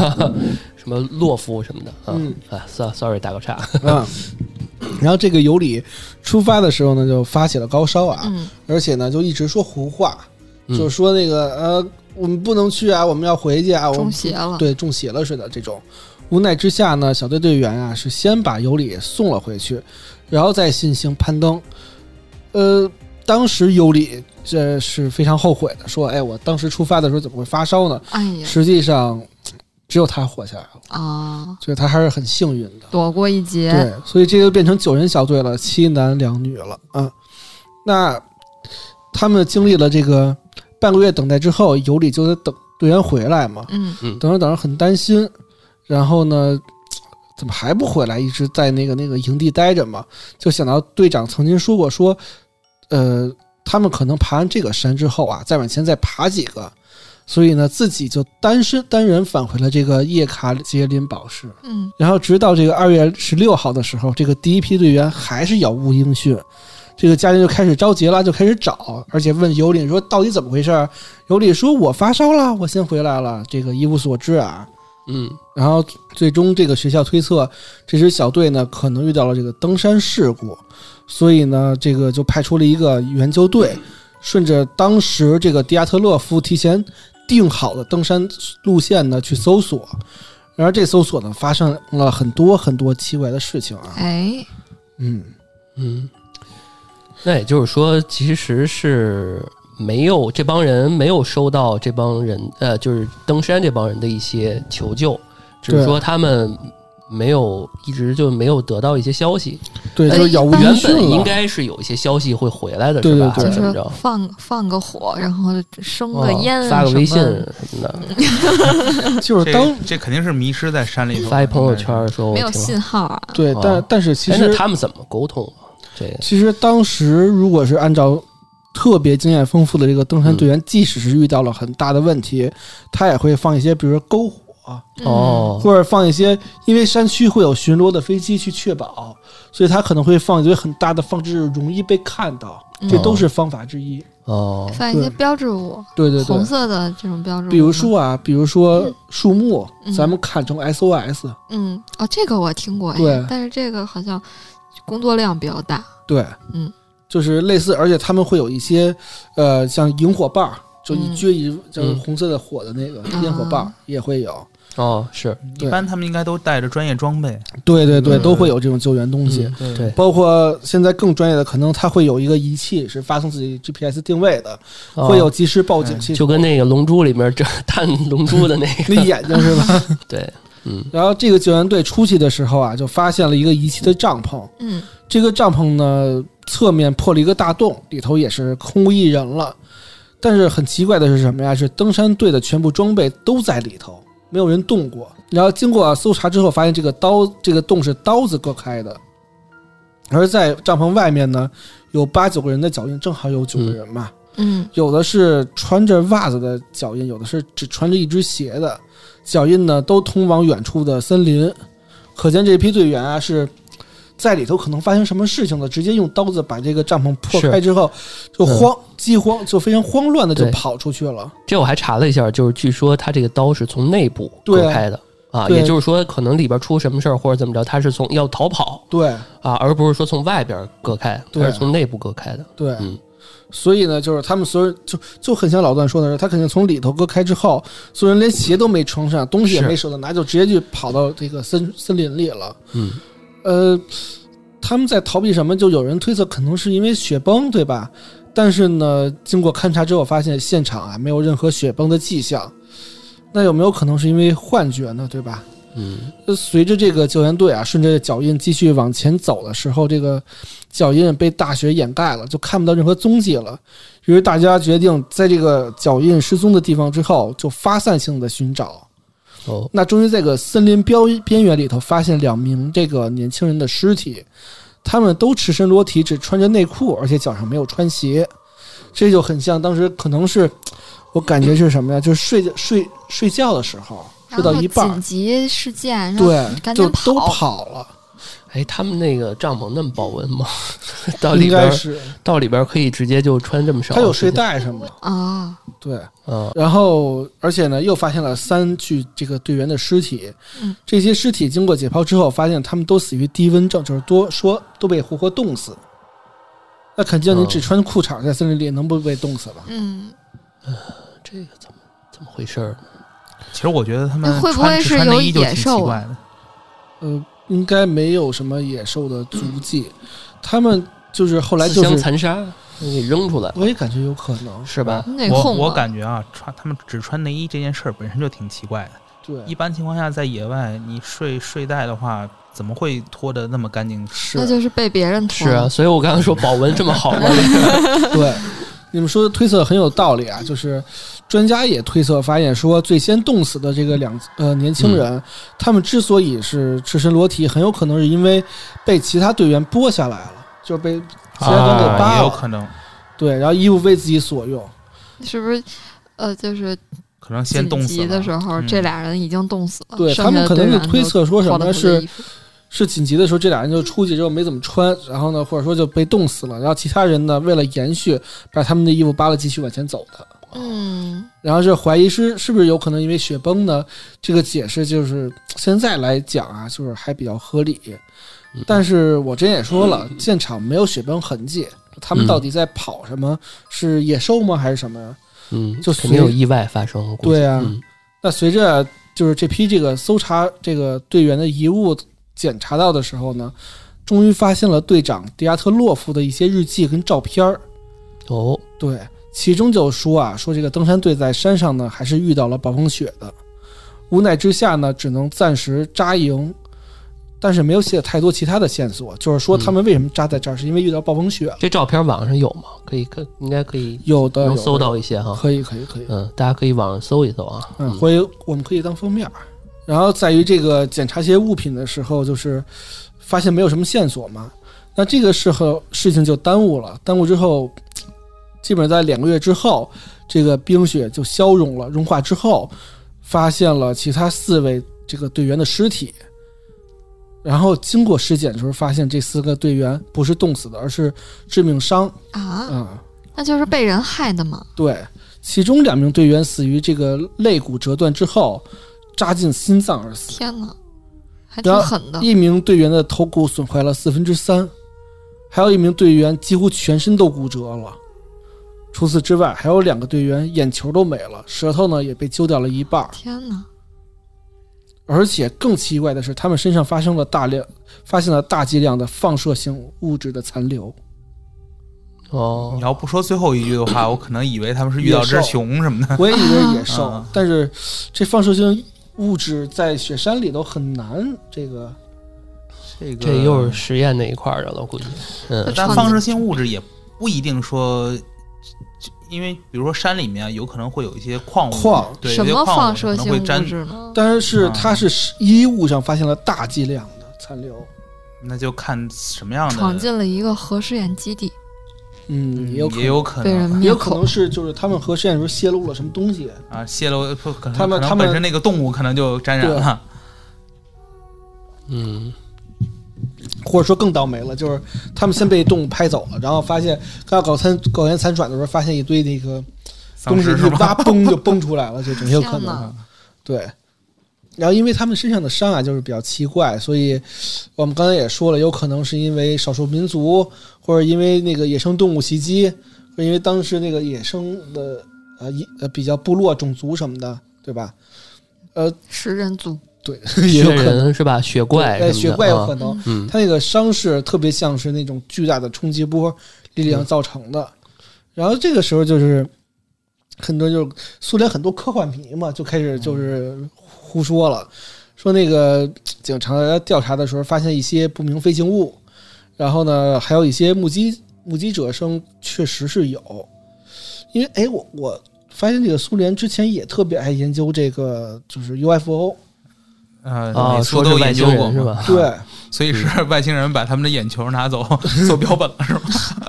[SPEAKER 2] 什么洛夫什么的啊
[SPEAKER 1] 嗯
[SPEAKER 2] 啊，so-，sorry 打个岔，
[SPEAKER 1] 嗯，然后这个尤里出发的时候呢，就发起了高烧啊，
[SPEAKER 3] 嗯，
[SPEAKER 1] 而且呢，就一直说胡话，
[SPEAKER 2] 嗯
[SPEAKER 1] 就说那个呃，我们不能去啊，我们要回去啊，我
[SPEAKER 3] 中
[SPEAKER 1] 们
[SPEAKER 3] 邪了，
[SPEAKER 1] 对中邪了似的这种。无奈之下呢，小队队员啊是先把尤里送了回去，然后再进行攀登。呃，当时尤里这是非常后悔的，说：“哎，我当时出发的时候怎么会发烧呢
[SPEAKER 3] 哎？”呀
[SPEAKER 1] 实际上，只有他活下来了，
[SPEAKER 3] 啊，
[SPEAKER 1] 所以他还是很幸运的。
[SPEAKER 3] 躲过一劫，
[SPEAKER 1] 对，所以这就变成九人小队了，七男两女了啊。那他们经历了这个半个月等待之后，尤里就得等队员回来嘛，
[SPEAKER 3] 嗯，
[SPEAKER 1] 等着等着很担心，然后呢，怎么还不回来？一直在那个那个营地待着嘛，就想到队长曾经说过说，呃，他们可能爬完这个山之后啊，再往前再爬几个。所以呢，自己就单身单人返回了这个叶卡捷林堡市。
[SPEAKER 3] 嗯，
[SPEAKER 1] 然后直到这个二月十六号的时候，这个第一批队员还是杳无音讯，这个家人就开始着急了，就开始找，而且问尤里说到底怎么回事儿。尤里说：“我发烧了，我先回来了，这个一无所知啊。
[SPEAKER 2] 嗯”
[SPEAKER 1] 然后最终这个学校推测，这支小队呢可能遇到了这个登山事故，所以呢这个就派出了一个援救队，顺着当时这个迪亚特勒夫提前定好的登山路线呢去搜索。然而这搜索呢发生了很多很多奇怪的事情啊，
[SPEAKER 3] 哎，
[SPEAKER 1] 嗯，
[SPEAKER 2] 嗯，那也就是说，其实是没有这帮人没有收到这帮人呃，就是登山这帮人的一些求救，只是
[SPEAKER 1] 对
[SPEAKER 2] 说他们没有一直就没有得到一些消息。
[SPEAKER 1] 对，就是杳无音
[SPEAKER 2] 原
[SPEAKER 1] 讯
[SPEAKER 2] 本应
[SPEAKER 1] 了。
[SPEAKER 2] 该是有一些消息会回来的，
[SPEAKER 1] 对
[SPEAKER 2] 啊是吧？
[SPEAKER 1] 对
[SPEAKER 2] 还
[SPEAKER 1] 对
[SPEAKER 3] 就是
[SPEAKER 2] 怎么
[SPEAKER 3] 是
[SPEAKER 2] 着？
[SPEAKER 3] 放放个火，然后生个
[SPEAKER 2] 哦
[SPEAKER 3] 烟啊什么，
[SPEAKER 2] 发个微信什么的，
[SPEAKER 1] 就是当
[SPEAKER 4] 这这肯定是迷失在山里头，
[SPEAKER 2] 发一朋友圈说我
[SPEAKER 3] 没有
[SPEAKER 2] 挺好
[SPEAKER 3] 信号啊，
[SPEAKER 1] 对
[SPEAKER 2] 哦，
[SPEAKER 1] 但但是其
[SPEAKER 2] 哎，
[SPEAKER 1] 实
[SPEAKER 2] 那他们怎么沟通啊？这个
[SPEAKER 1] 其实当时如果是按照特别经验丰富的这个登山队员，即使是遇到了很大的问题，他也会放一些，比如说篝火，
[SPEAKER 3] 嗯，
[SPEAKER 2] 哦，
[SPEAKER 1] 或者放一些，因为山区会有巡逻的飞机去确保，所以他可能会放一堆很大的放置，容易被看到，
[SPEAKER 3] 嗯
[SPEAKER 1] 这都是方法之一。
[SPEAKER 2] 哦，
[SPEAKER 3] 放一些
[SPEAKER 1] 对
[SPEAKER 3] 标志物，
[SPEAKER 1] 对对对
[SPEAKER 3] 红，色的这种标志物，
[SPEAKER 1] 比如，说啊，比如说树木，
[SPEAKER 3] 嗯
[SPEAKER 1] 咱们砍成 SOS，
[SPEAKER 3] 嗯，哦，这个我听过，哎
[SPEAKER 1] 对
[SPEAKER 3] 但是这个好像工作量比较大，
[SPEAKER 1] 对，
[SPEAKER 3] 嗯，
[SPEAKER 1] 就是类似，而且他们会有一些，呃，像萤火棒儿，就一撅一，就是红色的火的那个
[SPEAKER 3] 嗯
[SPEAKER 1] 烟火棒儿也会有。
[SPEAKER 2] 哦，是
[SPEAKER 4] 一般他们应该都带着专业装备，
[SPEAKER 1] 对对对，
[SPEAKER 2] 嗯
[SPEAKER 1] 都会有这种救援东西。
[SPEAKER 2] 嗯
[SPEAKER 4] 对
[SPEAKER 2] 对，
[SPEAKER 1] 包括现在更专业的，可能它会有一个仪器是发送自己 GPS 定位的，
[SPEAKER 2] 哦
[SPEAKER 1] 会有及时报警
[SPEAKER 4] 嗯
[SPEAKER 1] 系
[SPEAKER 2] 就
[SPEAKER 1] 统。
[SPEAKER 2] 跟那个《龙珠》里面这探龙珠的那 个，
[SPEAKER 1] 那眼睛是吧？
[SPEAKER 2] 对，嗯
[SPEAKER 1] 然后这个救援队出去的时候啊，就发现了一个遗弃的帐篷，
[SPEAKER 3] 嗯，
[SPEAKER 1] 这个帐篷呢，侧面破了一个大洞，里头也是空无一人了。但是很奇怪的是什么呀？是登山队的全部装备都在里头，没有人动过。然后经过搜查之后，发现这个刀这个洞是刀子割开的，而在帐篷外面呢，有八九个人的脚印，正好有九个人嘛。
[SPEAKER 3] 嗯，
[SPEAKER 1] 有的是穿着袜子的脚印，有的是只穿着一只鞋的脚印呢，都通往远处的森林。可见这批队员啊是在里头可能发生什么事情了，直接用刀子把这个帐篷破开之后，就慌、饥荒，就非常慌乱的就
[SPEAKER 2] 对
[SPEAKER 1] 跑出去了。
[SPEAKER 2] 这我还查了一下，就是据说他这个刀是从内部
[SPEAKER 1] 对
[SPEAKER 2] 割开的啊，
[SPEAKER 1] 对
[SPEAKER 2] 也就是说可能里边出什么事儿或者怎么着，他是从要逃跑
[SPEAKER 1] 对
[SPEAKER 2] 啊，而不是说从外边割开，
[SPEAKER 1] 嗯对啊
[SPEAKER 2] 而是从内部割开的。
[SPEAKER 1] 对，
[SPEAKER 2] 嗯
[SPEAKER 1] 所以呢，就是他们所有人就就很像老段说的是，他肯定从里头割开之后，所有人连鞋都没穿上，东西也
[SPEAKER 2] 是
[SPEAKER 1] 没手上拿，就直接就跑到这个森森林里了。
[SPEAKER 2] 嗯，
[SPEAKER 1] 呃，他们在逃避什么？就有人推测可能是因为雪崩，对吧？但是呢，经过勘察之后，发现现场啊没有任何雪崩的迹象。那有没有可能是因为幻觉呢？对吧？
[SPEAKER 2] 嗯
[SPEAKER 1] 呃随着这个救援队啊，顺着脚印继续往前走的时候，这个脚印被大雪掩盖了，就看不到任何踪迹了。于是大家决定在这个脚印失踪的地方之后，就发散性的寻找。
[SPEAKER 2] 哦
[SPEAKER 1] 那终于在这个森林边边缘里头发现两名这个年轻人的尸体，他们都赤身裸体，只穿着内裤，而且脚上没有穿鞋，这就很像当时可能是我感觉是什么呀？就是睡觉睡睡觉的时候睡到一半
[SPEAKER 3] 然后紧
[SPEAKER 1] 儿，
[SPEAKER 3] 急事件，然后
[SPEAKER 1] 对，
[SPEAKER 3] 赶紧
[SPEAKER 1] 就都
[SPEAKER 3] 跑
[SPEAKER 1] 跑了。
[SPEAKER 2] 哎，他们那个帐篷那么保温吗？ 到里
[SPEAKER 1] 应
[SPEAKER 2] 边
[SPEAKER 1] 该
[SPEAKER 2] 儿
[SPEAKER 1] 是
[SPEAKER 2] 到里边儿可以直接就穿这么少，
[SPEAKER 1] 它有睡袋什么的，
[SPEAKER 3] 啊，
[SPEAKER 1] 对。
[SPEAKER 2] 啊，
[SPEAKER 1] 然后，而且呢，又发现了三具这个队员的尸体。
[SPEAKER 3] 嗯
[SPEAKER 1] 这些尸体经过解剖之后，发现他们都死于低温症，就是多说都被活活冻死。那肯定，你
[SPEAKER 2] 哦
[SPEAKER 1] 只穿裤衩在森林里，能不被冻死吧？
[SPEAKER 3] 嗯，
[SPEAKER 2] 这个怎么怎么回事儿？
[SPEAKER 4] 其实我觉得他们
[SPEAKER 3] 那会不
[SPEAKER 4] 穿
[SPEAKER 3] 会
[SPEAKER 4] 只
[SPEAKER 3] 是
[SPEAKER 4] 穿
[SPEAKER 3] 有
[SPEAKER 4] 内衣就
[SPEAKER 3] 野
[SPEAKER 4] 挺奇
[SPEAKER 3] 兽啊
[SPEAKER 4] 怪的？
[SPEAKER 1] 呃，应该没有什么野兽的足迹。
[SPEAKER 3] 嗯
[SPEAKER 1] 他们就是后来
[SPEAKER 2] 自
[SPEAKER 1] 就
[SPEAKER 2] 相
[SPEAKER 1] 是，
[SPEAKER 2] 残杀，给扔出来
[SPEAKER 1] 我也感觉有可能，
[SPEAKER 2] 是吧？
[SPEAKER 3] 你得
[SPEAKER 4] 我
[SPEAKER 3] 控
[SPEAKER 4] 我
[SPEAKER 3] 吧
[SPEAKER 4] 感觉啊，穿他们只穿内衣这件事儿本身就挺奇怪的。
[SPEAKER 1] 对，
[SPEAKER 4] 一般情况下，在野外你睡睡袋的话，怎么会脱的那么干净？
[SPEAKER 1] 是
[SPEAKER 3] 那就是被别
[SPEAKER 1] 嗯
[SPEAKER 3] 人拖
[SPEAKER 2] 是啊，所以我刚刚说保温这么好吗？
[SPEAKER 1] 对，你们说的推测很有道理啊，就是专家也推测发现说，最先冻死的这个两呃年轻人，
[SPEAKER 4] 嗯
[SPEAKER 1] 他们之所以是赤身裸体，很有可能是因为被其他队员剥下来了，就是被其他
[SPEAKER 2] 都
[SPEAKER 1] 人给
[SPEAKER 4] 啊也
[SPEAKER 1] 扒
[SPEAKER 4] 有
[SPEAKER 1] 了，
[SPEAKER 4] 可能，
[SPEAKER 1] 对，然后衣服为自己所用，
[SPEAKER 3] 哦是不是？呃，就是
[SPEAKER 4] 可能先
[SPEAKER 3] 紧
[SPEAKER 4] 冻死
[SPEAKER 3] 急的时
[SPEAKER 4] 了。
[SPEAKER 3] 候，
[SPEAKER 4] 嗯
[SPEAKER 3] 这俩人已经冻死了。
[SPEAKER 1] 对
[SPEAKER 3] 剩
[SPEAKER 1] 他们
[SPEAKER 3] 下
[SPEAKER 1] 可
[SPEAKER 3] 的
[SPEAKER 1] 能
[SPEAKER 3] 队
[SPEAKER 1] 就
[SPEAKER 3] 员
[SPEAKER 1] 推
[SPEAKER 3] 都
[SPEAKER 1] 测说什
[SPEAKER 3] 脱
[SPEAKER 1] 么
[SPEAKER 3] 了
[SPEAKER 1] 呢
[SPEAKER 3] 他们的
[SPEAKER 1] 是
[SPEAKER 3] 衣服
[SPEAKER 1] 是紧急的时候，这俩人就出去之后没怎么穿，然后呢，或者说就被冻死了，然后其他人呢为了延续，把他们的衣服扒了继续往前走的。
[SPEAKER 3] 嗯，
[SPEAKER 1] 然后是怀疑是是不是有可能因为雪崩呢？这个解释就是现在来讲啊，就是还比较合理。但是我之前也说了，现场没有雪崩痕迹，他们
[SPEAKER 2] 嗯
[SPEAKER 1] 到底在跑什么？是野兽吗？还是什么呀？
[SPEAKER 2] 嗯，
[SPEAKER 1] 就
[SPEAKER 2] 肯定有
[SPEAKER 1] 随
[SPEAKER 2] 意外发生。我估计
[SPEAKER 1] 对啊
[SPEAKER 2] 嗯
[SPEAKER 1] 那随着就是这批这个搜查这个队员的遗物检查到的时候呢，终于发现了队长迪亚特洛夫的一些日记跟照片儿。
[SPEAKER 2] 哦，
[SPEAKER 1] 对，其中就说啊，说这个登山队在山上呢，还是遇到了暴风雪的，无奈之下呢，只能暂时扎营，但是没有写太多其他的线索，就是说他们为什么扎在这儿，是因为遇到暴风雪了。
[SPEAKER 2] 这照片网上有吗？可以看，应该可以
[SPEAKER 1] 有的
[SPEAKER 2] 能
[SPEAKER 1] 啊有
[SPEAKER 2] 搜
[SPEAKER 1] 的，
[SPEAKER 2] 到一些哈。
[SPEAKER 1] 可以可以可以，
[SPEAKER 2] 嗯，大家可以网上搜一搜啊。
[SPEAKER 1] 嗯，回我们可以当封面儿。然后在于这个检查这些物品的时候，就是发现没有什么线索嘛，那这个时候事情就耽误了。耽误之后，基本上在两个月之后，这个冰雪就消融了。融化之后，发现了其他四位这个队员的尸体。然后经过尸检的时候，发现这四个队员不是冻死的，而是致命伤啊、
[SPEAKER 3] 啊，
[SPEAKER 1] 嗯
[SPEAKER 3] 那就是被人害的嘛。
[SPEAKER 1] 对，其中两名队员死于这个肋骨折断之后扎进心脏而死，
[SPEAKER 3] 天哪，还
[SPEAKER 1] 啊
[SPEAKER 3] 挺狠的。
[SPEAKER 1] 一名队员的头骨损坏了四分之三，还有一名队员几乎全身都骨折了。除此之外，还有两个队员眼球都没了，舌头呢也被揪掉了一半儿。
[SPEAKER 3] 天哪，
[SPEAKER 1] 而且更奇怪的是，他们身上发生了大量发现了大剂量的放射性物质的残留。
[SPEAKER 2] 哦
[SPEAKER 4] 你，要不说最后一句的话，我可能以为他们是遇到只熊什么的。
[SPEAKER 1] 我也以为野兽，
[SPEAKER 4] 啊
[SPEAKER 1] 但是这放射性物质在雪山里头很难这个。
[SPEAKER 4] 这个
[SPEAKER 2] 这又是实验那一块儿的了，我估计。嗯，
[SPEAKER 4] 但放射性物质也不一定说，因为比如说山里面有可能会有一些矿物，
[SPEAKER 1] 矿
[SPEAKER 4] 对
[SPEAKER 3] 什
[SPEAKER 4] 有些
[SPEAKER 3] 么
[SPEAKER 4] 矿物
[SPEAKER 3] 放射
[SPEAKER 4] 可能
[SPEAKER 3] 性
[SPEAKER 4] 会
[SPEAKER 3] 物
[SPEAKER 4] 沾
[SPEAKER 3] 质呢？
[SPEAKER 1] 但是
[SPEAKER 4] 啊
[SPEAKER 1] 它是衣物上发现了大剂量的残留，
[SPEAKER 4] 那就看什么样的
[SPEAKER 3] 闯进了一个核试验基地，
[SPEAKER 1] 嗯，
[SPEAKER 4] 嗯
[SPEAKER 1] 也有可能，
[SPEAKER 4] 也有可
[SPEAKER 3] 被人
[SPEAKER 4] 能
[SPEAKER 1] 也
[SPEAKER 3] 灭
[SPEAKER 1] 有可
[SPEAKER 3] 口
[SPEAKER 1] 能。是就是他们核试验的时候泄露了什么东西，
[SPEAKER 4] 啊，泄露不可能
[SPEAKER 1] 他们
[SPEAKER 4] 可能
[SPEAKER 1] 他们
[SPEAKER 4] 本身那个动物可能就沾染了，
[SPEAKER 2] 嗯，
[SPEAKER 1] 或者说更倒霉了，就是他们先被动物拍走了，然后发现刚要搞参搞研残喘的时候，发现一堆那个
[SPEAKER 4] 丧
[SPEAKER 1] 东西
[SPEAKER 4] 尸
[SPEAKER 1] 一
[SPEAKER 4] 是吧？
[SPEAKER 1] 挖，嘣就崩出来了，这种也有可
[SPEAKER 3] 天
[SPEAKER 1] 能
[SPEAKER 3] 哪。
[SPEAKER 1] 对。然后，因为他们身上的伤啊，就是比较奇怪，所以我们刚才也说了，有可能是因为少数民族，或者因为那个野生动物袭击，或者因为当时那个野生的呃一呃比较部落种族什么的，对吧？呃，
[SPEAKER 3] 食人族，
[SPEAKER 1] 对， 也
[SPEAKER 2] 雪
[SPEAKER 1] 有可能，
[SPEAKER 2] 嗯人是吧？雪怪什么
[SPEAKER 1] 对，
[SPEAKER 2] 的，
[SPEAKER 1] 雪怪有
[SPEAKER 2] 啊
[SPEAKER 1] 可能，
[SPEAKER 2] 嗯，
[SPEAKER 1] 它那个伤势特别像是那种巨大的冲击波力量造成的。然后这个时候就是很多就是苏联很多科幻迷嘛，就开始就是胡说了，说那个警察在调查的时候发现一些不明飞行物，然后呢还有一些目击目击者声确实是有，因为哎我我。发现这个苏联之前也特别爱研究这个，就是 UFO，
[SPEAKER 4] 呃，
[SPEAKER 2] 啊
[SPEAKER 4] 每
[SPEAKER 2] 说
[SPEAKER 4] 次
[SPEAKER 2] 是
[SPEAKER 4] 都
[SPEAKER 2] 外
[SPEAKER 4] 研
[SPEAKER 2] 星
[SPEAKER 4] 究过
[SPEAKER 2] 人是吧？
[SPEAKER 1] 对，
[SPEAKER 4] 所以是外星人把他们的眼球拿 走做标本了，是吧？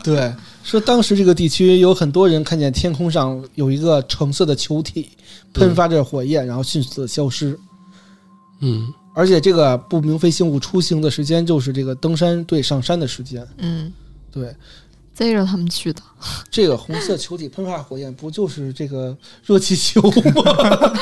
[SPEAKER 1] 对，说当时这个地区有很多人看见天空上有一个橙色的球体喷发着火焰，然后迅速的消失。
[SPEAKER 2] 嗯，
[SPEAKER 1] 而且这个不明飞行物出行的时间就是这个登山队上山的时间，
[SPEAKER 3] 嗯，
[SPEAKER 1] 对，
[SPEAKER 3] 贼着他们去的。
[SPEAKER 1] 这个红色球体喷发火焰不就是这个热气球吗？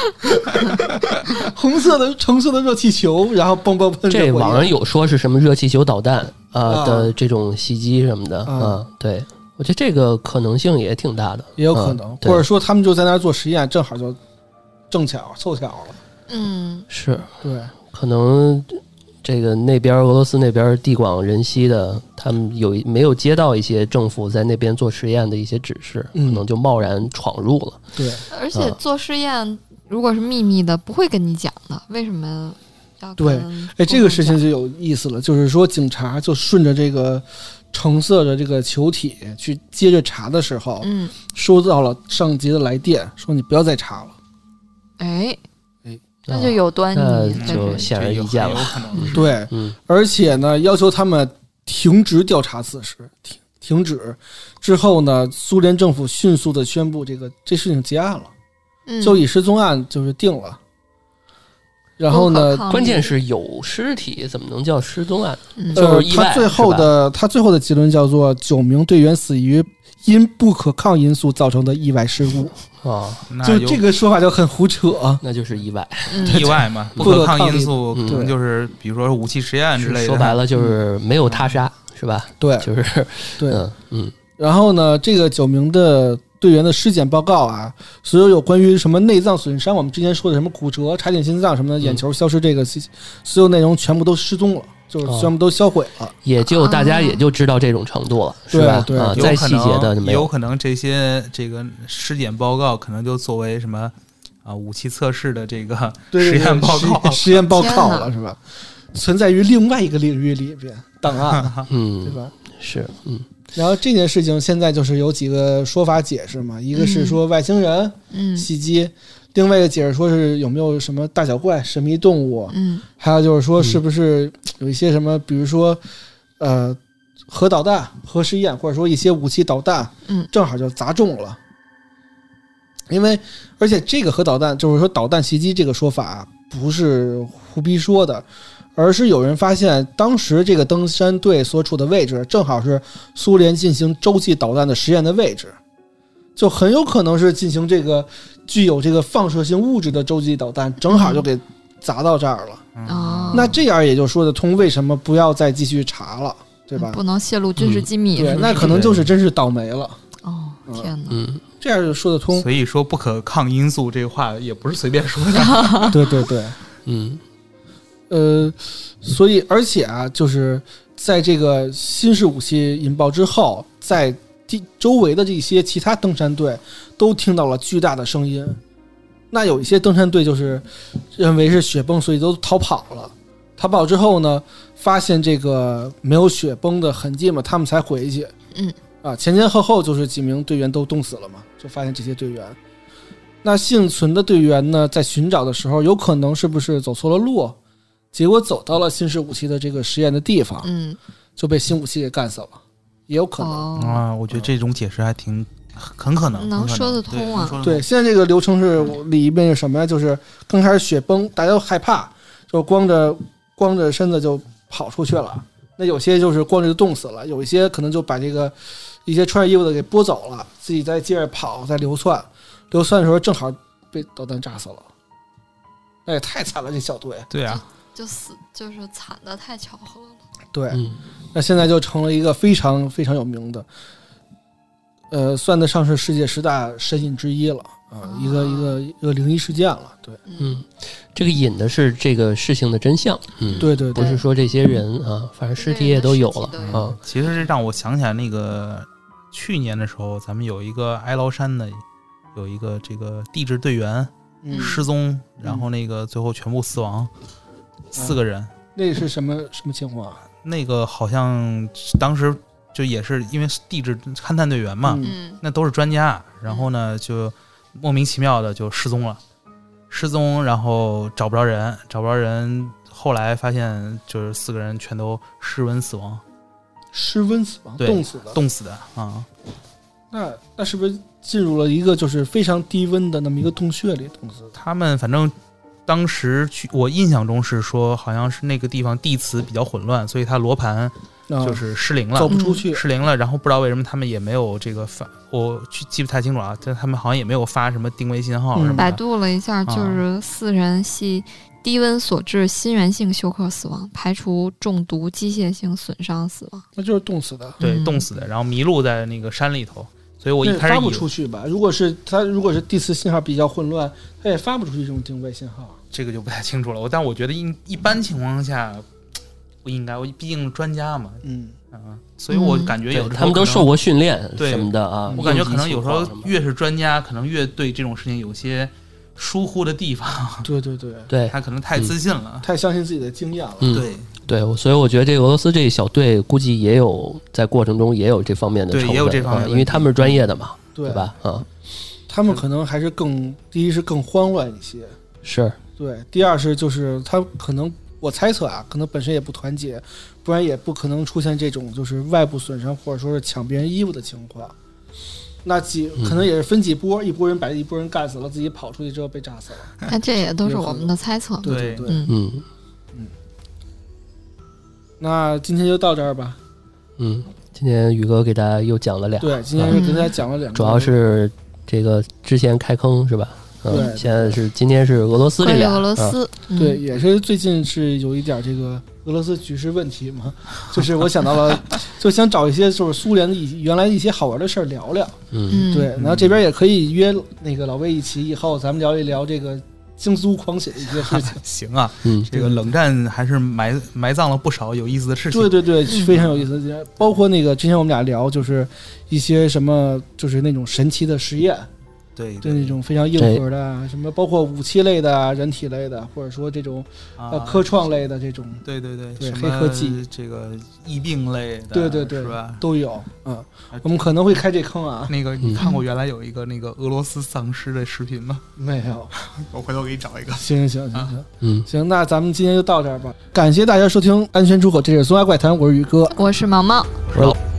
[SPEAKER 1] 红色的、橙色的热气球，然后蹦蹦喷着
[SPEAKER 2] 这
[SPEAKER 1] 火焰
[SPEAKER 2] 网上有说是什么热气球导弹啊
[SPEAKER 1] 啊
[SPEAKER 2] 的这种袭击什么的
[SPEAKER 1] 啊
[SPEAKER 2] 啊，对我觉得这个可能性也挺大的，
[SPEAKER 1] 也有可能，
[SPEAKER 2] 啊对
[SPEAKER 1] 或者说他们就在那儿做实验，正好就正巧凑巧了。
[SPEAKER 3] 嗯，
[SPEAKER 2] 是
[SPEAKER 1] 对，
[SPEAKER 2] 可能这个那边俄罗斯那边地广人稀的，他们有一没有接到一些政府在那边做实验的一些指示，可
[SPEAKER 1] 嗯
[SPEAKER 2] 能就贸然闯入了。
[SPEAKER 1] 对，
[SPEAKER 3] 而
[SPEAKER 1] 嗯
[SPEAKER 3] 且做实验如果是秘密的，不会跟你讲的。为什么要跟
[SPEAKER 1] 对哎，这个事情
[SPEAKER 3] 公众
[SPEAKER 1] 就有意思了，就是说警察就顺着这个橙色的这个球体去接着查的时候
[SPEAKER 3] 讲？，嗯，
[SPEAKER 1] 收到了上级的来电，说你不要再查了。
[SPEAKER 3] 哎，那
[SPEAKER 2] 啊
[SPEAKER 1] 嗯
[SPEAKER 3] 就有端倪
[SPEAKER 2] 那
[SPEAKER 3] 在这
[SPEAKER 2] 就
[SPEAKER 3] 里。
[SPEAKER 2] 显而易见了
[SPEAKER 4] 这有可能是
[SPEAKER 1] 对，
[SPEAKER 2] 嗯，
[SPEAKER 1] 而且呢，要求他们停职调查此事，停停止。之后呢，苏联政府迅速的宣布这个这事情结案了，
[SPEAKER 3] 嗯
[SPEAKER 1] 就以失踪案就是定了。然后
[SPEAKER 3] 哦
[SPEAKER 1] 呢，
[SPEAKER 2] 关键，是有尸体，怎么能叫失踪啊案？
[SPEAKER 3] 嗯
[SPEAKER 2] 就
[SPEAKER 1] 呃，
[SPEAKER 2] 是意外
[SPEAKER 1] 他最后的他最后的结论叫做九名队员死于因不可抗因素造成的意外事故，
[SPEAKER 2] 啊，
[SPEAKER 4] 那
[SPEAKER 1] 就
[SPEAKER 4] 有
[SPEAKER 1] 这个说法就很胡扯。
[SPEAKER 2] 那就是意外。
[SPEAKER 3] 嗯
[SPEAKER 4] 意外嘛，
[SPEAKER 1] 不
[SPEAKER 4] 不
[SPEAKER 1] 可
[SPEAKER 4] 可
[SPEAKER 1] 抗
[SPEAKER 4] 抗因
[SPEAKER 1] 力
[SPEAKER 4] 素
[SPEAKER 2] 嗯
[SPEAKER 4] 可能就是比如说武器实验之类的。
[SPEAKER 2] 说白了就是没有他杀，是吧？
[SPEAKER 1] 嗯对
[SPEAKER 2] 就是
[SPEAKER 1] 对，
[SPEAKER 2] 嗯嗯，
[SPEAKER 1] 然后呢，这个九名的队员的尸检报告啊，所有有关于什么内脏损伤，我们之前说的什么骨折、查检心脏什么的，
[SPEAKER 2] 嗯
[SPEAKER 1] 眼球消失这个，所有内容全部都失踪了，就是
[SPEAKER 2] 哦
[SPEAKER 1] 全部都销毁了。
[SPEAKER 2] 也就大家
[SPEAKER 3] 啊
[SPEAKER 2] 也就知道这种程度了，是
[SPEAKER 1] 对
[SPEAKER 2] 吧？
[SPEAKER 1] 对
[SPEAKER 2] 啊，
[SPEAKER 4] 有
[SPEAKER 2] 再
[SPEAKER 4] 可
[SPEAKER 2] 细
[SPEAKER 4] 能
[SPEAKER 2] 节的就没
[SPEAKER 4] 有。可能这些这个尸检报告可能就作为什么啊武器测试的这个
[SPEAKER 1] 对
[SPEAKER 4] 实验报告
[SPEAKER 1] 实实验报告
[SPEAKER 3] 天
[SPEAKER 1] 了
[SPEAKER 3] 哪
[SPEAKER 1] 是吧？存在于另外一个领域里边，档案对
[SPEAKER 2] 嗯，
[SPEAKER 1] 吧？
[SPEAKER 2] 是嗯
[SPEAKER 1] 然后这件事情现在就是有几个说法解释嘛，一个是说外星人
[SPEAKER 3] 嗯
[SPEAKER 1] 袭击，另外一个解释说是有没有什么大脚怪、神秘动物，
[SPEAKER 3] 嗯
[SPEAKER 1] 还有就是说，
[SPEAKER 2] 嗯
[SPEAKER 1] 是不是有一些什么，比如说，呃，核导弹、核试验，或者说一些武器导弹，
[SPEAKER 3] 嗯
[SPEAKER 1] 正好就砸中了。因为，而且这个核导弹，就是说导弹袭击这个说法，啊不是胡逼说的，而是有人发现当时这个登山队所处的位置，正好是苏联进行洲际导弹的实验的位置，就很有可能是进行这个具有这个放射性物质的洲际导弹，正好就给砸到这儿了。
[SPEAKER 4] 嗯
[SPEAKER 3] 哦，
[SPEAKER 1] 那这样也就说得通，为什么不要再继续查了，对吧？嗯
[SPEAKER 3] 不能泄露军事机密。
[SPEAKER 1] 对
[SPEAKER 3] 是，不
[SPEAKER 1] 那
[SPEAKER 3] 是
[SPEAKER 1] 可能就是真是倒霉了，
[SPEAKER 3] 哦，天哪！
[SPEAKER 2] 嗯，
[SPEAKER 1] 这样就说得通。
[SPEAKER 4] 所以说不可抗因素这话也不是随便说 的。
[SPEAKER 1] 对对对，
[SPEAKER 2] 嗯，
[SPEAKER 1] 啊 呃，所以而且啊，就是在这个新式武器引爆之后，在地周围的这些其他登山队都听到了巨大的声音。那有一些登山队就是认为是雪崩，所以都逃跑了。逃跑之后呢，发现这个没有雪崩的痕迹嘛，他们才回去。
[SPEAKER 3] 嗯，
[SPEAKER 1] 啊，前前后后就是几名队员都冻死了嘛，就发现这些队员。那幸存的队员呢，在寻找的时候，有可能是不是走错了路，结果走到了新式武器的这个实验的地方，
[SPEAKER 3] 嗯，
[SPEAKER 1] 就被新武器给干死了，也有可能。
[SPEAKER 3] 哦，
[SPEAKER 4] 啊，我觉得这种解释还挺很可能，
[SPEAKER 3] 能
[SPEAKER 4] 很可
[SPEAKER 3] 说得通啊
[SPEAKER 4] 对能说得
[SPEAKER 1] 对，现在这个流程是里面是什么呀？就是刚开始雪崩，大家都害怕，就光着光着身子就跑出去了。那有些就是光着就冻死了，有一些可能就把这个一些穿着衣服的给拨走了，自己再接着跑，再流窜。流窜的时候正好被导弹炸死了，那也太惨了，这小队。
[SPEAKER 4] 对啊，
[SPEAKER 3] 就死就是惨的太巧合了。
[SPEAKER 1] 对，
[SPEAKER 2] 嗯
[SPEAKER 1] 那现在就成了一个非常非常有名的，呃，算得上是世界十大神隐之一了啊、一个
[SPEAKER 3] 嗯
[SPEAKER 1] 一个一个灵异事件了。对，
[SPEAKER 2] 嗯，这个引的是这个事情的真相，嗯，，
[SPEAKER 1] 对对
[SPEAKER 2] 不
[SPEAKER 1] 对，
[SPEAKER 2] 是说这些人啊，反正尸体也都有了
[SPEAKER 3] 对人的尸体都有
[SPEAKER 2] 啊，
[SPEAKER 4] 嗯其实是让我想起来那个去年的时候，咱们有一个哀牢山的有一个这个地质队员
[SPEAKER 1] 嗯，
[SPEAKER 4] 失踪，然后那个最后全部死亡，四个人。
[SPEAKER 1] 那是什么什么情况啊？
[SPEAKER 4] 那个好像当时就也是因为地质勘探队员嘛，
[SPEAKER 1] 嗯
[SPEAKER 3] 嗯
[SPEAKER 4] 那都是专家，然后呢就莫名其妙的就失踪了，失踪，然后找不着人，找不着人，后来发现就是四个人全都失温死亡，
[SPEAKER 1] 失温死亡，
[SPEAKER 4] 对
[SPEAKER 1] 冻死的。
[SPEAKER 4] 冻死的啊。
[SPEAKER 1] 那那是不是进入了一个就是非常低温的那么一个洞穴里冻死的？
[SPEAKER 4] 他们反正当时去，我印象中是说好像是那个地方地磁比较混乱，所以它罗盘
[SPEAKER 1] 啊
[SPEAKER 4] 就是嗯失灵了
[SPEAKER 1] 走，不出去，
[SPEAKER 4] 失灵了。然后不知道为什么他们也没有这个发，我去记不太清楚啊，但他们好像也没有发什么定位信号
[SPEAKER 1] 嗯
[SPEAKER 4] 什么
[SPEAKER 3] 百
[SPEAKER 4] 的。
[SPEAKER 3] 度了一下，
[SPEAKER 1] 啊
[SPEAKER 3] 就是四人系低温所致心源性休克死亡，排除中毒、机械性损伤死亡。
[SPEAKER 1] 那就是冻死的。
[SPEAKER 4] 对，
[SPEAKER 3] 嗯
[SPEAKER 4] 冻死的，然后迷路在那个山里头，所以我
[SPEAKER 1] 那
[SPEAKER 4] 一
[SPEAKER 1] 也
[SPEAKER 4] 开始
[SPEAKER 1] 发
[SPEAKER 4] 以
[SPEAKER 1] 不
[SPEAKER 4] 为
[SPEAKER 1] 出去吧？如果是它，如果是第四信号比较混乱，它也发不出去这种定位信号。
[SPEAKER 4] 这个就不太清楚了。我但我觉得一一般情况下不应该，我毕竟专家嘛，
[SPEAKER 1] 嗯，
[SPEAKER 4] 嗯，所以我
[SPEAKER 3] 嗯
[SPEAKER 4] 感觉有时
[SPEAKER 2] 对
[SPEAKER 4] 候
[SPEAKER 2] 他们都
[SPEAKER 4] 可能
[SPEAKER 2] 受过训练
[SPEAKER 4] 对
[SPEAKER 2] 什么的啊。
[SPEAKER 4] 我感觉
[SPEAKER 2] 应急
[SPEAKER 4] 可能有时候
[SPEAKER 2] 情况什么的
[SPEAKER 4] 越是专家，可能越对这种事情有些疏忽的地方，
[SPEAKER 1] 嗯对对对，
[SPEAKER 2] 对
[SPEAKER 4] 他可能太自信了。
[SPEAKER 1] 太相信自己的经验了。
[SPEAKER 2] 嗯
[SPEAKER 4] 对
[SPEAKER 2] 对，我所以我觉得这个俄罗斯这一小队估计也有在过程中也有这方面的
[SPEAKER 4] 对
[SPEAKER 2] 成分，
[SPEAKER 4] 也有这方面
[SPEAKER 2] 啊
[SPEAKER 4] 的
[SPEAKER 2] 因为他们是专业的嘛，
[SPEAKER 1] 对
[SPEAKER 2] 对？吧？啊，
[SPEAKER 1] 他们可能还是更第一是更慌乱一些，
[SPEAKER 2] 是
[SPEAKER 1] 对，第二是就是他可能我猜测啊，可能本身也不团结，不然也不可能出现这种就是外部损伤或者说是抢别人衣服的情况。那几
[SPEAKER 2] 嗯
[SPEAKER 1] 可能也是分几波，一波人把一波人干死了，自己跑出去之后被炸死了。
[SPEAKER 3] 那这也都是我们的猜测。
[SPEAKER 1] 对
[SPEAKER 4] 对。
[SPEAKER 1] 对，
[SPEAKER 3] 嗯，
[SPEAKER 2] 嗯
[SPEAKER 1] 那今天就到这儿吧。
[SPEAKER 2] 嗯。今天宇哥给大家又讲了俩，
[SPEAKER 1] 对，今天是给大家讲了两个，
[SPEAKER 2] 主要是这个之前开坑是吧？嗯，
[SPEAKER 1] 对
[SPEAKER 2] 现在是今天是俄罗斯这
[SPEAKER 3] 关于
[SPEAKER 2] 俩，
[SPEAKER 3] 俄罗
[SPEAKER 2] 啊
[SPEAKER 3] 斯，嗯
[SPEAKER 1] 对，，也是最近是有一点这个俄罗斯局势问题嘛，就是我想到了， 就想找一些就是苏联的以原来一些好玩的事儿聊聊。
[SPEAKER 2] 嗯，
[SPEAKER 3] 嗯，
[SPEAKER 1] 对，然后这边也可以约那个老魏一起，以后咱们聊一聊这个京苏狂血的一些事情
[SPEAKER 4] 行啊，
[SPEAKER 2] 嗯，
[SPEAKER 4] 这个冷战还是埋埋葬了不少有意思的事情。
[SPEAKER 1] 对对对，非常有意思。包括那个之前我们俩聊，就是一些什么，就是那种神奇的实验，
[SPEAKER 4] 对
[SPEAKER 1] 就那种非常硬核的啊，什么包括武器类的啊、人体类的，或者说这种
[SPEAKER 4] 啊
[SPEAKER 1] 呃科创类的这种
[SPEAKER 4] 对对对，
[SPEAKER 1] 对
[SPEAKER 4] 什
[SPEAKER 1] 黑
[SPEAKER 4] 么
[SPEAKER 1] 科技
[SPEAKER 4] 这个疫病类的，
[SPEAKER 1] 对对对
[SPEAKER 4] 是吧？
[SPEAKER 1] 都有。嗯，我们可能会开这坑 啊。
[SPEAKER 4] 那个
[SPEAKER 2] 嗯
[SPEAKER 4] 你看过原来有一个那个俄罗斯丧尸的视频吗？
[SPEAKER 1] 没有，
[SPEAKER 4] 我回头给你找一个。
[SPEAKER 1] 行行行行
[SPEAKER 2] 嗯，
[SPEAKER 1] 行，那咱们今天就到这儿吧。感谢大家收听《安全出口》，这里是《松花怪谈》，我是宇哥。
[SPEAKER 3] 我是毛毛。
[SPEAKER 2] 我是老